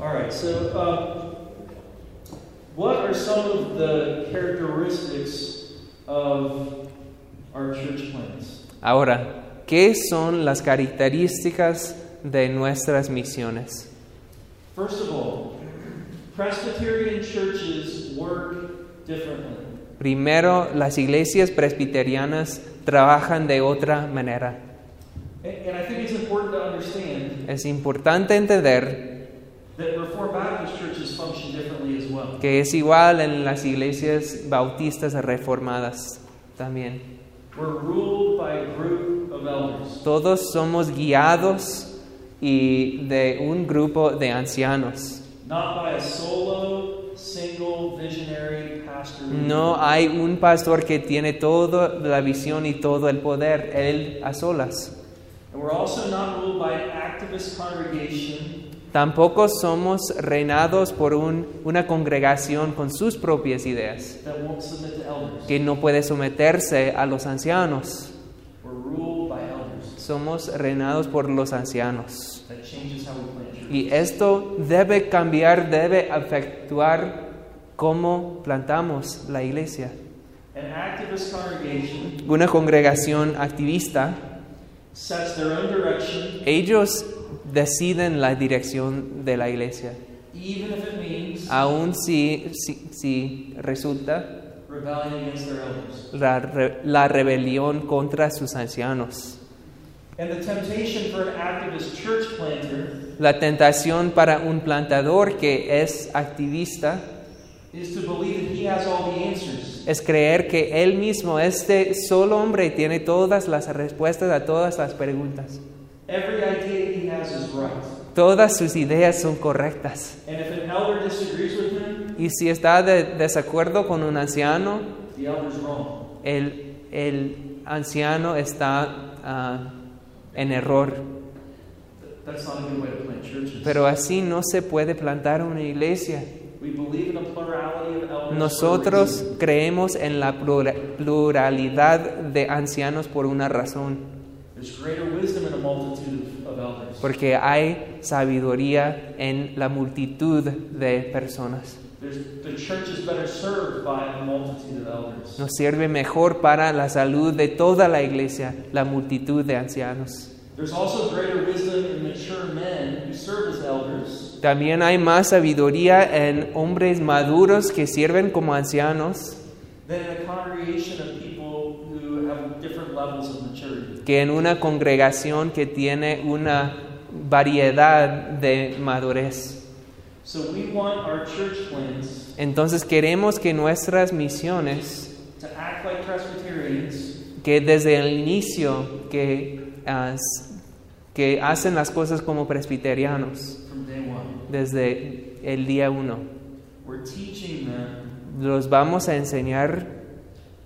[SPEAKER 1] All right. So, um, what are some of the characteristics of our church plants?
[SPEAKER 2] Ahora, ¿qué son las características de nuestras misiones?
[SPEAKER 1] First of all, Presbyterian churches work differently.
[SPEAKER 2] Primero, las iglesias presbiterianas trabajan de otra manera.
[SPEAKER 1] And, and I think it's important to understand
[SPEAKER 2] Es importante entender
[SPEAKER 1] that Reformed Baptist churches function differently as well.
[SPEAKER 2] que es igual en las iglesias bautistas reformadas también.
[SPEAKER 1] We're ruled by a group of elders.
[SPEAKER 2] Todos somos guiados y de un grupo de ancianos,
[SPEAKER 1] not by a solo single visionary pastor.
[SPEAKER 2] No hay un pastor que tiene toda la visión y todo el poder, él a solas.
[SPEAKER 1] And we're also not ruled by an activist congregation
[SPEAKER 2] Tampoco somos reinados por un- una congregación con sus propias ideas,
[SPEAKER 1] that won't submit to elders.
[SPEAKER 2] que no puede someterse a los ancianos.
[SPEAKER 1] We're ruled by elders.
[SPEAKER 2] Somos reinados por los ancianos.
[SPEAKER 1] That changes how we plant churches.
[SPEAKER 2] Y esto debe cambiar, debe afectuar cómo plantamos la iglesia.
[SPEAKER 1] An activist congregation
[SPEAKER 2] Una congregación activista,
[SPEAKER 1] sets their own direction,
[SPEAKER 2] ellos deciden la dirección de la iglesia,
[SPEAKER 1] even if it means
[SPEAKER 2] aun si, si, si resulta
[SPEAKER 1] rebellion against their elders.
[SPEAKER 2] la, re- la rebelión contra sus ancianos.
[SPEAKER 1] And the temptation for an activist church planter
[SPEAKER 2] La tentación para un plantador que es activista
[SPEAKER 1] is to believe that he has all the answers.
[SPEAKER 2] es creer que él mismo, este solo hombre, tiene todas las respuestas a todas las preguntas.
[SPEAKER 1] Every idea he has is right.
[SPEAKER 2] Todas sus ideas son correctas.
[SPEAKER 1] And if an elder disagrees with him,
[SPEAKER 2] Y si está de desacuerdo con un anciano,
[SPEAKER 1] the elder's wrong.
[SPEAKER 2] el, el anciano está ah, en error.
[SPEAKER 1] That's not a good way to plant churches.
[SPEAKER 2] Pero así no se puede plantar una iglesia.
[SPEAKER 1] we believe in a plurality of elders.
[SPEAKER 2] Nosotros creemos en la plura- pluralidad de ancianos por una razón,
[SPEAKER 1] There's greater wisdom in a multitude of elders.
[SPEAKER 2] porque hay sabiduría en la multitud de personas.
[SPEAKER 1] There's, the church is better served by a multitude of elders.
[SPEAKER 2] Nos sirve mejor para la salud de toda la iglesia, la multitud de ancianos.
[SPEAKER 1] There's also greater wisdom in mature men who serve as elders
[SPEAKER 2] También hay más sabiduría en hombres maduros que sirven como ancianos
[SPEAKER 1] than in a congregation of people who have different levels of maturity.
[SPEAKER 2] que en una congregación que tiene una variedad de madurez.
[SPEAKER 1] So we want our church plans
[SPEAKER 2] Entonces queremos que nuestras misiones,
[SPEAKER 1] to act like Presbyterians
[SPEAKER 2] que desde el inicio que, ah, s- que hacen las cosas como presbiterianos,
[SPEAKER 1] from day one.
[SPEAKER 2] desde el día uno,
[SPEAKER 1] We're teaching them
[SPEAKER 2] los vamos a enseñar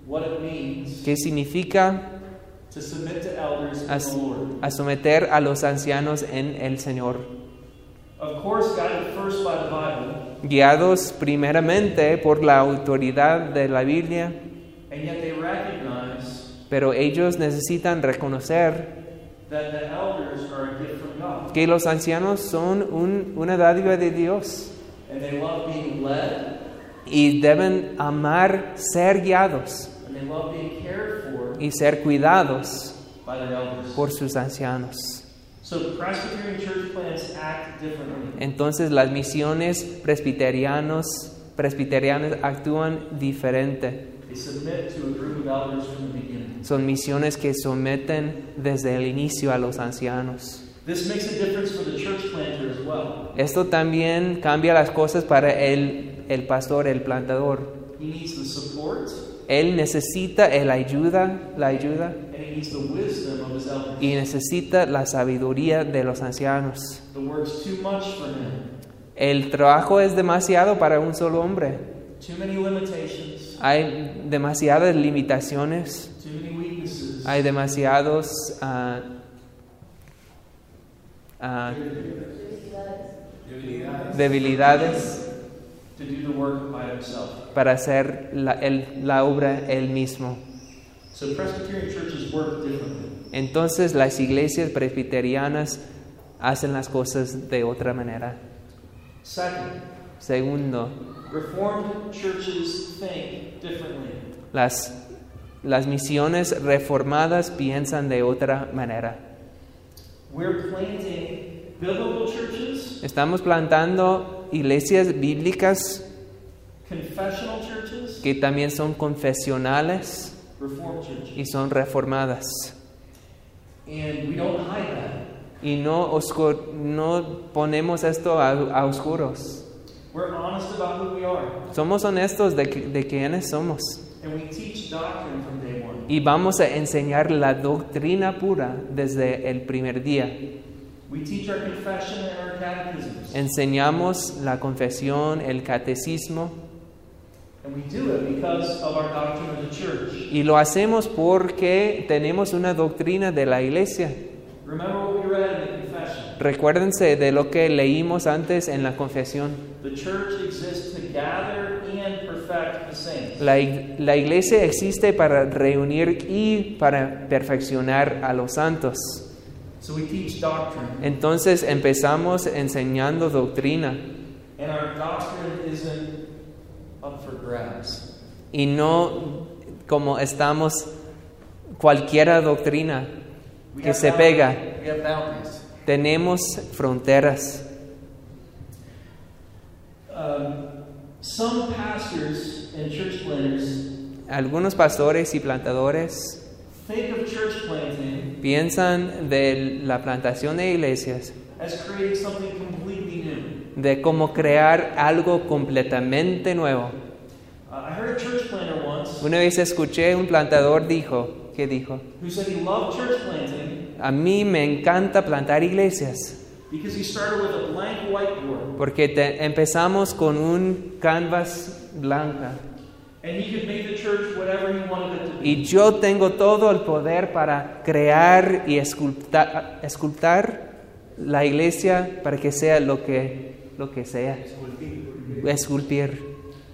[SPEAKER 1] what it means
[SPEAKER 2] qué significa
[SPEAKER 1] to submit to elders in
[SPEAKER 2] As-
[SPEAKER 1] the Lord.
[SPEAKER 2] a someter a los ancianos en el Señor.
[SPEAKER 1] Of course, guided first by the Bible,
[SPEAKER 2] guiados primeramente por la autoridad de la Biblia,
[SPEAKER 1] and yet they recognize
[SPEAKER 2] pero ellos necesitan reconocer
[SPEAKER 1] that the elders are a gift from God,
[SPEAKER 2] que los ancianos son un- una dádiva de Dios
[SPEAKER 1] and they love being led,
[SPEAKER 2] y deben amar ser guiados
[SPEAKER 1] and they love being cared for
[SPEAKER 2] y ser cuidados
[SPEAKER 1] by their elders.
[SPEAKER 2] por sus ancianos.
[SPEAKER 1] So Presbyterian church plants act differently.
[SPEAKER 2] Entonces las misiones presbiterianos presbiterianas actúan diferente.
[SPEAKER 1] They submit to a group of elders from the beginning.
[SPEAKER 2] Son misiones que someten desde el inicio a los ancianos.
[SPEAKER 1] This makes a difference for the church planter as well.
[SPEAKER 2] Esto también cambia las cosas para el, el pastor, el plantador.
[SPEAKER 1] He needs the support
[SPEAKER 2] Él necesita el ayuda, la ayuda
[SPEAKER 1] and he needs the wisdom of his elders.
[SPEAKER 2] y necesita la sabiduría de los ancianos.
[SPEAKER 1] The work's too much for him.
[SPEAKER 2] El trabajo es demasiado para un solo hombre.
[SPEAKER 1] Too many limitations,
[SPEAKER 2] Hay demasiadas limitaciones,
[SPEAKER 1] too many weaknesses.
[SPEAKER 2] hay demasiados ah, ah, debilidades
[SPEAKER 1] to do the work by himself.
[SPEAKER 2] para hacer la, el- la obra él mismo.
[SPEAKER 1] So Presbyterian churches work differently.
[SPEAKER 2] Entonces las iglesias presbiterianas hacen las cosas de otra manera.
[SPEAKER 1] Second,
[SPEAKER 2] Segundo,
[SPEAKER 1] Reformed churches think differently.
[SPEAKER 2] las, las misiones reformadas piensan de otra manera.
[SPEAKER 1] We're planting biblical churches,
[SPEAKER 2] Estamos plantando iglesias bíblicas
[SPEAKER 1] confessional churches,
[SPEAKER 2] que también son confesionales
[SPEAKER 1] Reformed churches.
[SPEAKER 2] y son reformadas.
[SPEAKER 1] And we don't hide that.
[SPEAKER 2] Y no, oscu- no ponemos esto a, a oscuros.
[SPEAKER 1] We're honest about who we are.
[SPEAKER 2] Somos honestos de, qui- de quiénes somos.
[SPEAKER 1] And we teach doctrine from day one.
[SPEAKER 2] Y vamos a enseñar la doctrina pura desde el primer día.
[SPEAKER 1] We teach our confession and our catechisms.
[SPEAKER 2] Enseñamos la confesión, el catecismo,
[SPEAKER 1] And we do it because of our doctrine of the church.
[SPEAKER 2] y lo hacemos porque tenemos una doctrina de la iglesia.
[SPEAKER 1] Remember what we read in the confession.
[SPEAKER 2] Recuérdense de lo que leímos antes en la confesión.
[SPEAKER 1] The church exists to gather and perfect the saints.
[SPEAKER 2] La, ig- la iglesia existe para reunir y para perfeccionar a los santos.
[SPEAKER 1] So we teach doctrine.
[SPEAKER 2] Entonces empezamos enseñando doctrina
[SPEAKER 1] And our doctrine isn't up for grabs.
[SPEAKER 2] y no como estamos cualquiera doctrina.
[SPEAKER 1] We
[SPEAKER 2] Que
[SPEAKER 1] have
[SPEAKER 2] se
[SPEAKER 1] bound-
[SPEAKER 2] pega.
[SPEAKER 1] We have boundaries.
[SPEAKER 2] Tenemos fronteras.
[SPEAKER 1] Um, some pastors and church planters
[SPEAKER 2] Algunos pastores y plantadores
[SPEAKER 1] think of church planting
[SPEAKER 2] piensan de la plantación de iglesias,
[SPEAKER 1] as creating something completely new.
[SPEAKER 2] de cómo crear algo completamente nuevo.
[SPEAKER 1] Uh, I heard a church planter once
[SPEAKER 2] Una vez escuché un plantador dijo, que dijo,
[SPEAKER 1] who said he loved church planting
[SPEAKER 2] a mí me encanta plantar iglesias
[SPEAKER 1] because he started with a blank whiteboard
[SPEAKER 2] porque te- empezamos con un canvas blanca
[SPEAKER 1] and he could make the church whatever he wanted it to be.
[SPEAKER 2] y yo tengo todo el poder para crear y esculptar, esculptar la iglesia para que sea lo que, lo que sea, esculpir.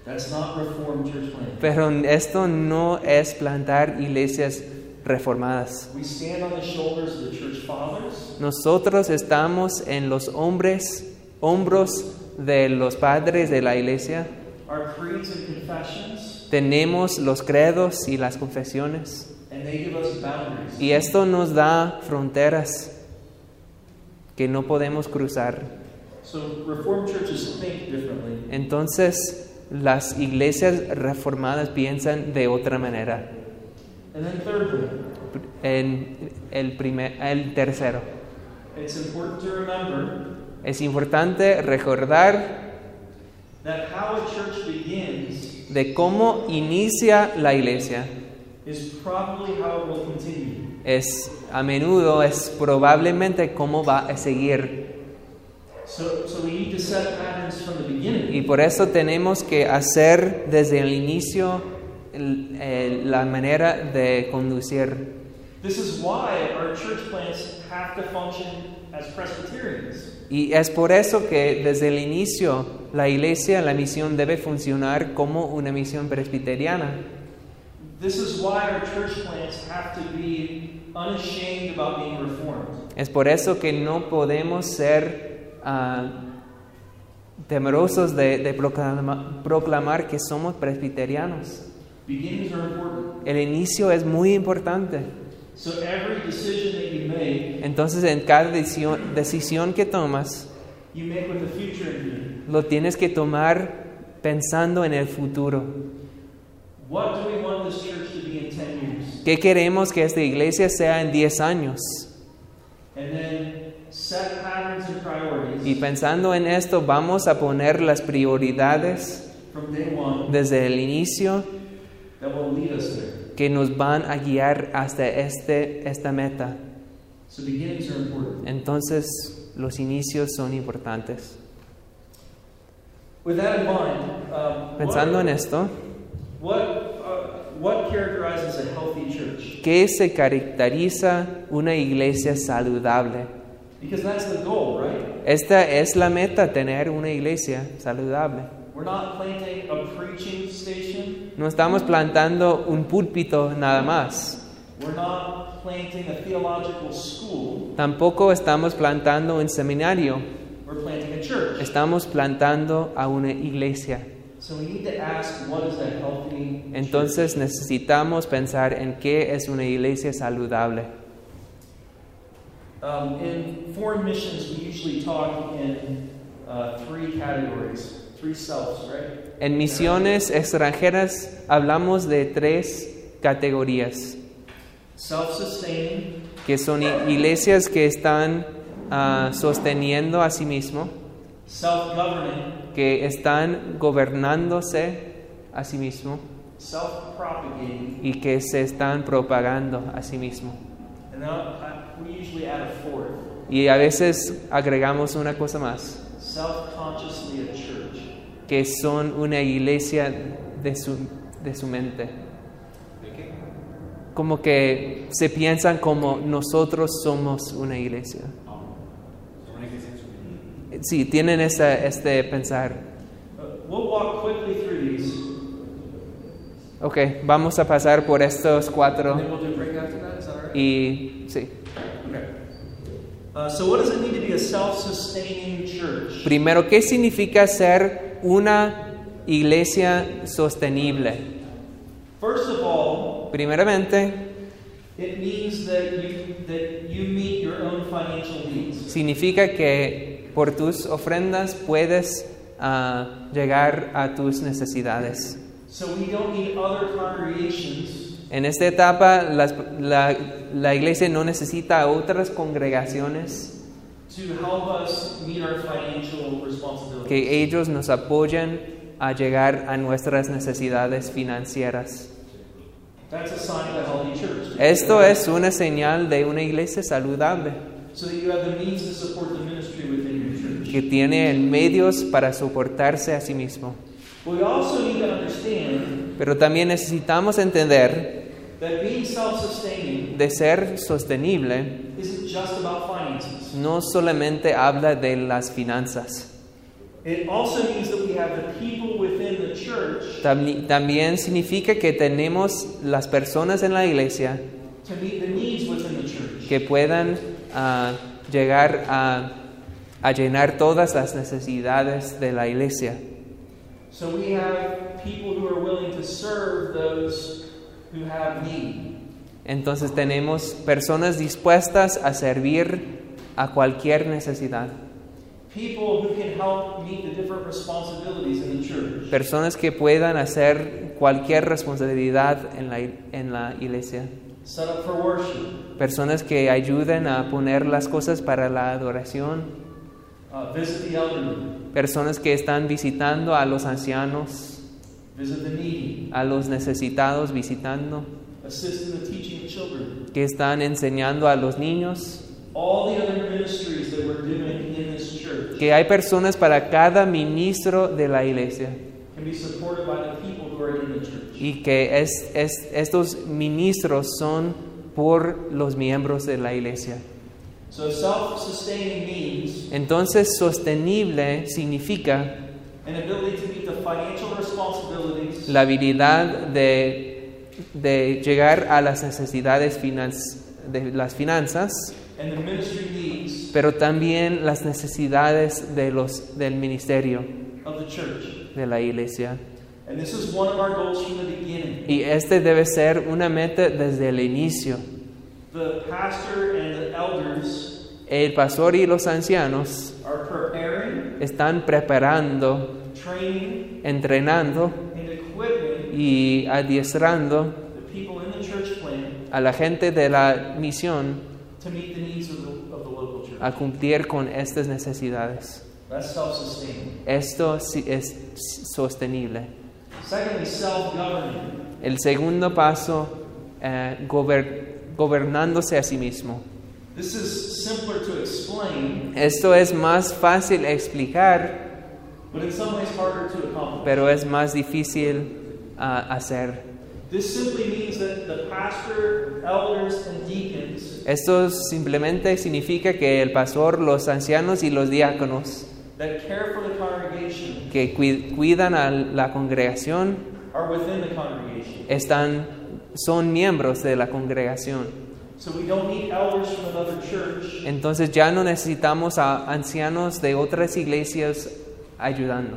[SPEAKER 1] That's not reformed church planting.
[SPEAKER 2] Pero esto no es plantar iglesias reformadas.
[SPEAKER 1] We stand on the shoulders of the church fathers
[SPEAKER 2] Nosotros estamos en los hombres, hombros de los padres de la iglesia.
[SPEAKER 1] our creeds and confessions,
[SPEAKER 2] Tenemos los credos y las confesiones.
[SPEAKER 1] and they give us boundaries.
[SPEAKER 2] Y esto nos da fronteras que no podemos cruzar.
[SPEAKER 1] So reformed churches think differently.
[SPEAKER 2] Entonces, las iglesias reformadas piensan de otra manera.
[SPEAKER 1] And then thirdly,
[SPEAKER 2] En el, primer, el tercero,
[SPEAKER 1] It's important to remember
[SPEAKER 2] es importante recordar
[SPEAKER 1] that how a church begins
[SPEAKER 2] de cómo inicia la iglesia.
[SPEAKER 1] is probably how it will continue.
[SPEAKER 2] es a menudo es probablemente cómo va a seguir
[SPEAKER 1] So, so we need to set patterns from the beginning.
[SPEAKER 2] y por eso tenemos que hacer desde el inicio el- eh, la manera de conducir
[SPEAKER 1] This is why our church plants have to function as Presbyterians.
[SPEAKER 2] y es por eso que desde el inicio la iglesia la misión debe funcionar como una misión presbiteriana
[SPEAKER 1] This is why our church plants have to be unashamed about being reformed.
[SPEAKER 2] es por eso que no podemos ser ah, temerosos de, de proclama- proclamar que somos presbiterianos
[SPEAKER 1] Beginnings are important.
[SPEAKER 2] el inicio es muy importante
[SPEAKER 1] So every decision that you make,
[SPEAKER 2] Entonces en cada decisión, decisión que tomas,
[SPEAKER 1] you make with the future in view.
[SPEAKER 2] lo tienes que tomar pensando en el futuro.
[SPEAKER 1] What do we want this church to be in 10 years?
[SPEAKER 2] ¿Qué queremos que esta iglesia sea en 10 años?
[SPEAKER 1] And then set patterns and priorities
[SPEAKER 2] Y pensando en esto, vamos a poner las prioridades
[SPEAKER 1] from day one
[SPEAKER 2] desde el inicio
[SPEAKER 1] that will lead us there.
[SPEAKER 2] que nos van a guiar hasta este, esta meta.
[SPEAKER 1] So beginnings are important.
[SPEAKER 2] Entonces los inicios son importantes.
[SPEAKER 1] With that in mind, um,
[SPEAKER 2] Pensando
[SPEAKER 1] what,
[SPEAKER 2] en esto,
[SPEAKER 1] what, uh, what characterizes a healthy church?
[SPEAKER 2] ¿qué se caracteriza una iglesia saludable?
[SPEAKER 1] Because that's the goal, right?
[SPEAKER 2] Esta es la meta, tener una iglesia saludable.
[SPEAKER 1] We're not planting a preaching station.
[SPEAKER 2] No estamos plantando un púlpito nada más.
[SPEAKER 1] We're not planting a theological school.
[SPEAKER 2] Tampoco estamos plantando un seminario.
[SPEAKER 1] We're planting a church.
[SPEAKER 2] Estamos plantando a una iglesia.
[SPEAKER 1] So we need to ask what is a healthy church?
[SPEAKER 2] Entonces necesitamos pensar en qué es una iglesia saludable.
[SPEAKER 1] Um, in foreign missions, we usually talk in uh, three categories, three selves, right?
[SPEAKER 2] En misiones extranjeras hablamos de tres categorías,
[SPEAKER 1] Self-sustaining,
[SPEAKER 2] que son i- iglesias que están ah, sosteniendo a sí mismo,
[SPEAKER 1] self-governing,
[SPEAKER 2] que están gobernándose a sí mismo
[SPEAKER 1] self-propagating,
[SPEAKER 2] y que se están propagando a sí mismo.
[SPEAKER 1] and then I, we usually add a fourth,
[SPEAKER 2] Y a veces agregamos una cosa más,
[SPEAKER 1] self-consciously a church.
[SPEAKER 2] que son una iglesia de su, de su mente. Como que se piensan como nosotros somos una iglesia. Sí, tienen esa- este pensar.
[SPEAKER 1] But Uh, we'll walk quickly through these,
[SPEAKER 2] Ok, vamos a pasar por estos
[SPEAKER 1] and
[SPEAKER 2] cuatro
[SPEAKER 1] then we'll do break after that. Is that all right?
[SPEAKER 2] y sí.
[SPEAKER 1] Okay. Uh, so, what does it mean to be a self-sustaining church?
[SPEAKER 2] Primero, ¿qué significa ser una iglesia sostenible?
[SPEAKER 1] First of all,
[SPEAKER 2] Primeramente,
[SPEAKER 1] it means that you that you meet your own financial needs.
[SPEAKER 2] significa que por tus ofrendas puedes ah, llegar a tus necesidades.
[SPEAKER 1] So we don't need other congregations
[SPEAKER 2] En esta etapa, las- la, la iglesia no necesita a otras congregaciones
[SPEAKER 1] to help us meet our financial responsibilities.
[SPEAKER 2] que ellos nos apoyen a llegar a nuestras necesidades financieras.
[SPEAKER 1] That's a sign of a healthy church.
[SPEAKER 2] Esto es una señal de una iglesia saludable
[SPEAKER 1] So that you have the means to support the ministry within your church.
[SPEAKER 2] que tiene medios para soportarse a sí mismo.
[SPEAKER 1] We also need to understand
[SPEAKER 2] Pero también necesitamos entender
[SPEAKER 1] that being self-sustaining
[SPEAKER 2] de ser sostenible
[SPEAKER 1] isn't just about finances.
[SPEAKER 2] no solamente habla de las finanzas,
[SPEAKER 1] It also means that we have the people within the church
[SPEAKER 2] Tambi- también significa que tenemos las personas en la iglesia
[SPEAKER 1] to meet the needs within the church.
[SPEAKER 2] que puedan ah, llegar a, a llenar todas las necesidades de la iglesia.
[SPEAKER 1] So we have people who are willing to serve those who have need.
[SPEAKER 2] Entonces tenemos personas dispuestas a servir a cualquier necesidad,
[SPEAKER 1] People who can help meet the different responsibilities in the church.
[SPEAKER 2] personas que puedan hacer cualquier responsabilidad en la, en la iglesia.
[SPEAKER 1] Set up for worship,
[SPEAKER 2] personas que ayuden a poner las cosas para la adoración,
[SPEAKER 1] uh, visit the elderly,
[SPEAKER 2] personas que están visitando a los ancianos,
[SPEAKER 1] visit the needy,
[SPEAKER 2] a los necesitados visitando,
[SPEAKER 1] assist in the teaching of children.
[SPEAKER 2] que están enseñando a los niños,
[SPEAKER 1] All the other ministries that we're doing in this church
[SPEAKER 2] que hay personas para cada ministro de la iglesia
[SPEAKER 1] can be supported by the people who are in the church.
[SPEAKER 2] y que es- es- estos ministros son por los miembros de la iglesia.
[SPEAKER 1] So self-sustaining means
[SPEAKER 2] Entonces, sostenible significa
[SPEAKER 1] an ability to meet the financial responsibilities
[SPEAKER 2] la habilidad de, de llegar a las necesidades finan- de las finanzas,
[SPEAKER 1] and the ministry needs
[SPEAKER 2] pero también las necesidades de los, del ministerio
[SPEAKER 1] of the church.
[SPEAKER 2] de la iglesia.
[SPEAKER 1] And this is one of our goals from the beginning.
[SPEAKER 2] Y este debe ser una meta desde el inicio.
[SPEAKER 1] The pastor and the elders
[SPEAKER 2] El pastor y los ancianos
[SPEAKER 1] are preparing,
[SPEAKER 2] están preparando,
[SPEAKER 1] training,
[SPEAKER 2] entrenando
[SPEAKER 1] and equipping
[SPEAKER 2] y adiestrando
[SPEAKER 1] the people in the church plan
[SPEAKER 2] a la gente de la misión
[SPEAKER 1] to meet the needs of the, of the local church.
[SPEAKER 2] a cumplir con estas necesidades.
[SPEAKER 1] That's self-sustaining.
[SPEAKER 2] Esto sí es sostenible.
[SPEAKER 1] Secondly, self-governing.
[SPEAKER 2] El segundo paso, eh, gober- gobernándose a sí mismo.
[SPEAKER 1] This is simpler to explain,
[SPEAKER 2] Esto es más fácil explicar,
[SPEAKER 1] but in some ways harder to accomplish.
[SPEAKER 2] pero es más difícil ah, hacer.
[SPEAKER 1] This simply means that the pastor, elders, and deacons
[SPEAKER 2] Esto simplemente significa que el pastor, los ancianos y los diáconos
[SPEAKER 1] that care for the congregation
[SPEAKER 2] que cui- cuidan a la congregación
[SPEAKER 1] are within the congregation.
[SPEAKER 2] están, son miembros de la congregación.
[SPEAKER 1] So we don't need elders from another church
[SPEAKER 2] Entonces ya no necesitamos a ancianos de otras iglesias ayudando.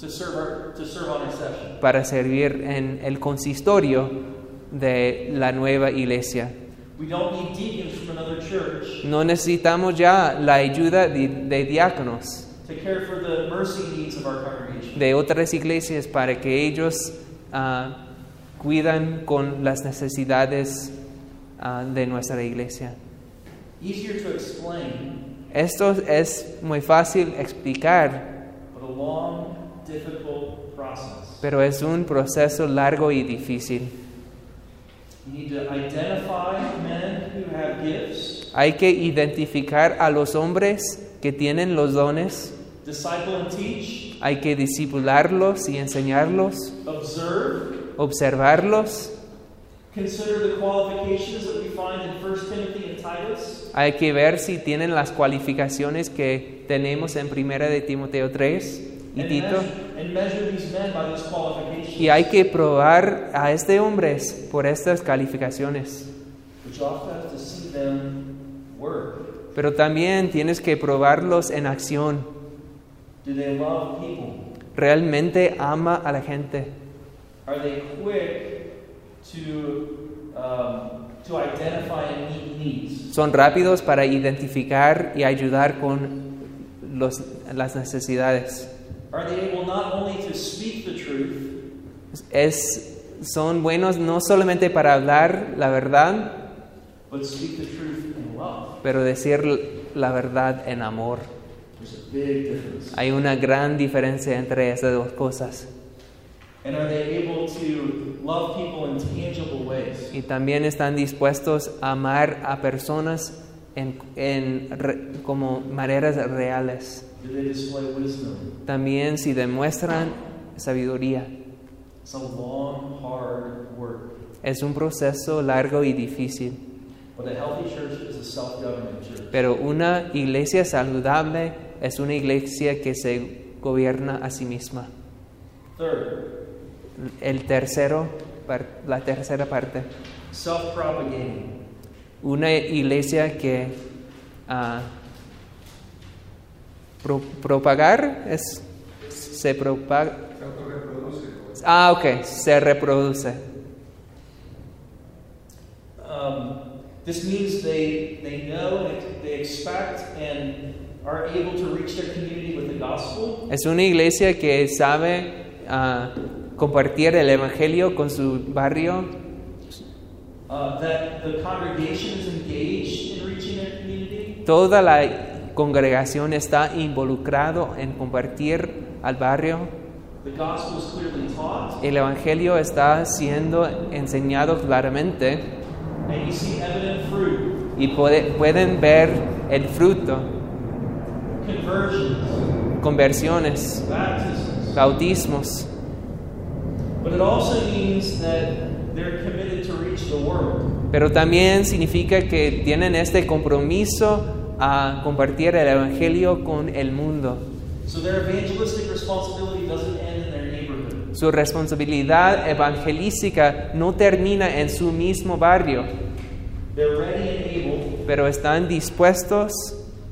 [SPEAKER 1] to serve our, to serve on our session.
[SPEAKER 2] para servir en el consistorio de la nueva iglesia.
[SPEAKER 1] We don't need deacons from another church
[SPEAKER 2] No necesitamos ya la ayuda de, de diáconos
[SPEAKER 1] to care for the mercy needs of our congregation.
[SPEAKER 2] de otras iglesias para que ellos ah, cuidan con las necesidades ah, de nuestra iglesia.
[SPEAKER 1] Easier to explain,
[SPEAKER 2] Esto es muy fácil explicar,
[SPEAKER 1] but a long, difficult process.
[SPEAKER 2] pero es un proceso largo y difícil.
[SPEAKER 1] You need to identify men who have gifts
[SPEAKER 2] Hay que identificar a los hombres que tienen los dones,
[SPEAKER 1] disciple and teach,
[SPEAKER 2] hay que discipularlos y enseñarlos,
[SPEAKER 1] observe,
[SPEAKER 2] observarlos,
[SPEAKER 1] consider the qualifications that we find in 1 Timothy and Titus,
[SPEAKER 2] hay que ver si tienen las cualificaciones que tenemos en primera de Timoteo 3 y
[SPEAKER 1] and
[SPEAKER 2] Tito.
[SPEAKER 1] measure, and measure these men by those qualifications,
[SPEAKER 2] Y hay que probar a este hombre por estas calificaciones.
[SPEAKER 1] but you also have to see them work.
[SPEAKER 2] Pero también tienes que probarlos en acción.
[SPEAKER 1] Do they love people?
[SPEAKER 2] Realmente ama a la gente.
[SPEAKER 1] Are they quick to um, to identify and meet needs?
[SPEAKER 2] Son rápidos para identificar y ayudar con los- las necesidades.
[SPEAKER 1] Are they able not only to speak the truth,
[SPEAKER 2] Es, son buenos no solamente para hablar la verdad,
[SPEAKER 1] but speak the truth in love?
[SPEAKER 2] pero decir la verdad en amor.
[SPEAKER 1] There's a big difference.
[SPEAKER 2] Hay una gran diferencia entre esas dos cosas.
[SPEAKER 1] And are they able to love people in tangible ways?
[SPEAKER 2] y también están dispuestos a amar a personas en, en re- como maneras reales.
[SPEAKER 1] Do they display wisdom?
[SPEAKER 2] También si demuestran sabiduría.
[SPEAKER 1] It's a long, hard work.
[SPEAKER 2] Es un proceso largo y difícil,
[SPEAKER 1] But a healthy church is a self-governing church.
[SPEAKER 2] pero una iglesia saludable es una iglesia que se gobierna a sí misma.
[SPEAKER 1] Third,
[SPEAKER 2] El tercero, par- la tercera parte,
[SPEAKER 1] self-propagating.
[SPEAKER 2] una iglesia que ah, pro- propagar es se propaga Ah, ok, se reproduce.
[SPEAKER 1] Um, this means they, they know and they expect and are able to reach their community with the gospel.
[SPEAKER 2] Es una iglesia que sabe ah, compartir el evangelio con su barrio,
[SPEAKER 1] Uh, that the congregation is engaged in reaching their community.
[SPEAKER 2] toda la congregación está involucrado en compartir al barrio.
[SPEAKER 1] The gospel is clearly taught.
[SPEAKER 2] El evangelio está siendo enseñado claramente
[SPEAKER 1] And you see evident fruit,
[SPEAKER 2] y puede- pueden ver el fruto,
[SPEAKER 1] conversions,
[SPEAKER 2] conversiones,
[SPEAKER 1] baptisms.
[SPEAKER 2] bautismos,
[SPEAKER 1] But it also means that they're committed to reach the world.
[SPEAKER 2] pero también significa que tienen este compromiso a compartir el evangelio con el mundo.
[SPEAKER 1] So their evangelistic responsibility doesn't end in their neighborhood.
[SPEAKER 2] Su responsabilidad evangelística no termina en su mismo barrio,
[SPEAKER 1] They're ready and able
[SPEAKER 2] pero están dispuestos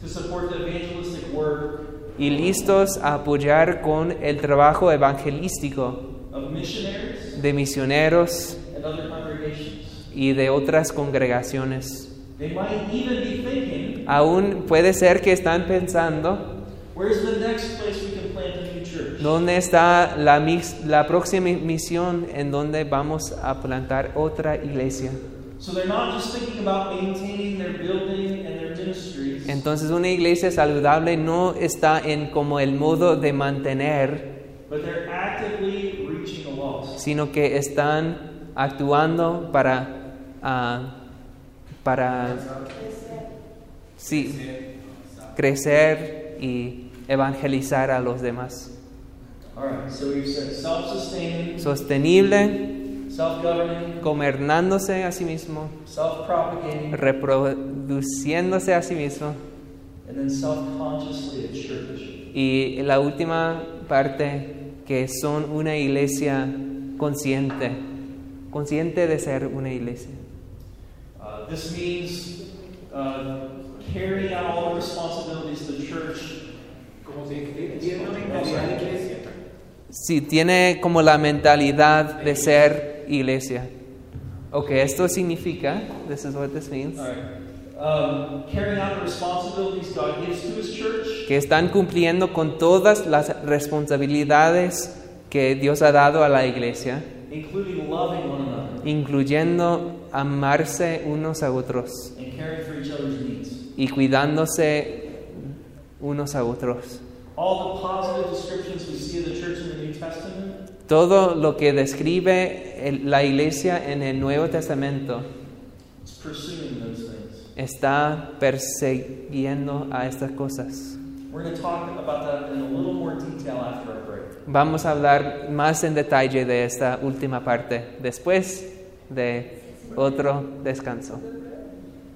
[SPEAKER 1] to support the evangelistic work
[SPEAKER 2] y listos a apoyar con el trabajo evangelístico
[SPEAKER 1] of missionaries
[SPEAKER 2] de misioneros
[SPEAKER 1] and other congregations.
[SPEAKER 2] y de otras congregaciones.
[SPEAKER 1] They might even be thinking,
[SPEAKER 2] Aún puede ser que están pensando,
[SPEAKER 1] where's the next place we can plant a new church?
[SPEAKER 2] ¿dónde está la, mis- la próxima misión en donde vamos a plantar otra iglesia?
[SPEAKER 1] So they're not just thinking about maintaining their building and their ministries,
[SPEAKER 2] Entonces una iglesia saludable no está en como el modo de mantener
[SPEAKER 1] but they're actively reaching the lost.
[SPEAKER 2] sino que están actuando para ah, para sí, crecer y evangelizar a los demás.
[SPEAKER 1] All right, so we've said self-sustaining,
[SPEAKER 2] Sostenible,
[SPEAKER 1] self-governing,
[SPEAKER 2] gobernándose a sí mismo,
[SPEAKER 1] self-propagating,
[SPEAKER 2] reproduciéndose a sí mismo
[SPEAKER 1] and then self-consciously a church.
[SPEAKER 2] y la última parte que son una iglesia consciente, consciente de ser una iglesia.
[SPEAKER 1] Uh, this means uh, carrying out all the responsibilities of the church.
[SPEAKER 2] si tiene como la mentalidad de ser iglesia. Ok, esto significa, this is what this means,
[SPEAKER 1] All right. Um, carrying out the responsibilities God gives to His church,
[SPEAKER 2] que están cumpliendo con todas las responsabilidades que Dios ha dado a la iglesia,
[SPEAKER 1] including loving one another
[SPEAKER 2] incluyendo amarse unos a otros
[SPEAKER 1] and caring for each other's needs.
[SPEAKER 2] y cuidándose unos a otros.
[SPEAKER 1] All the positive descriptions we see of the church in the New Testament
[SPEAKER 2] Todo lo que describe el- la iglesia en el Nuevo Testamento
[SPEAKER 1] is pursuing those things.
[SPEAKER 2] está persiguiendo a estas cosas.
[SPEAKER 1] We're going to talk about that in a little more detail after our break.
[SPEAKER 2] Vamos a hablar más en detalle de esta última parte después de otro descanso.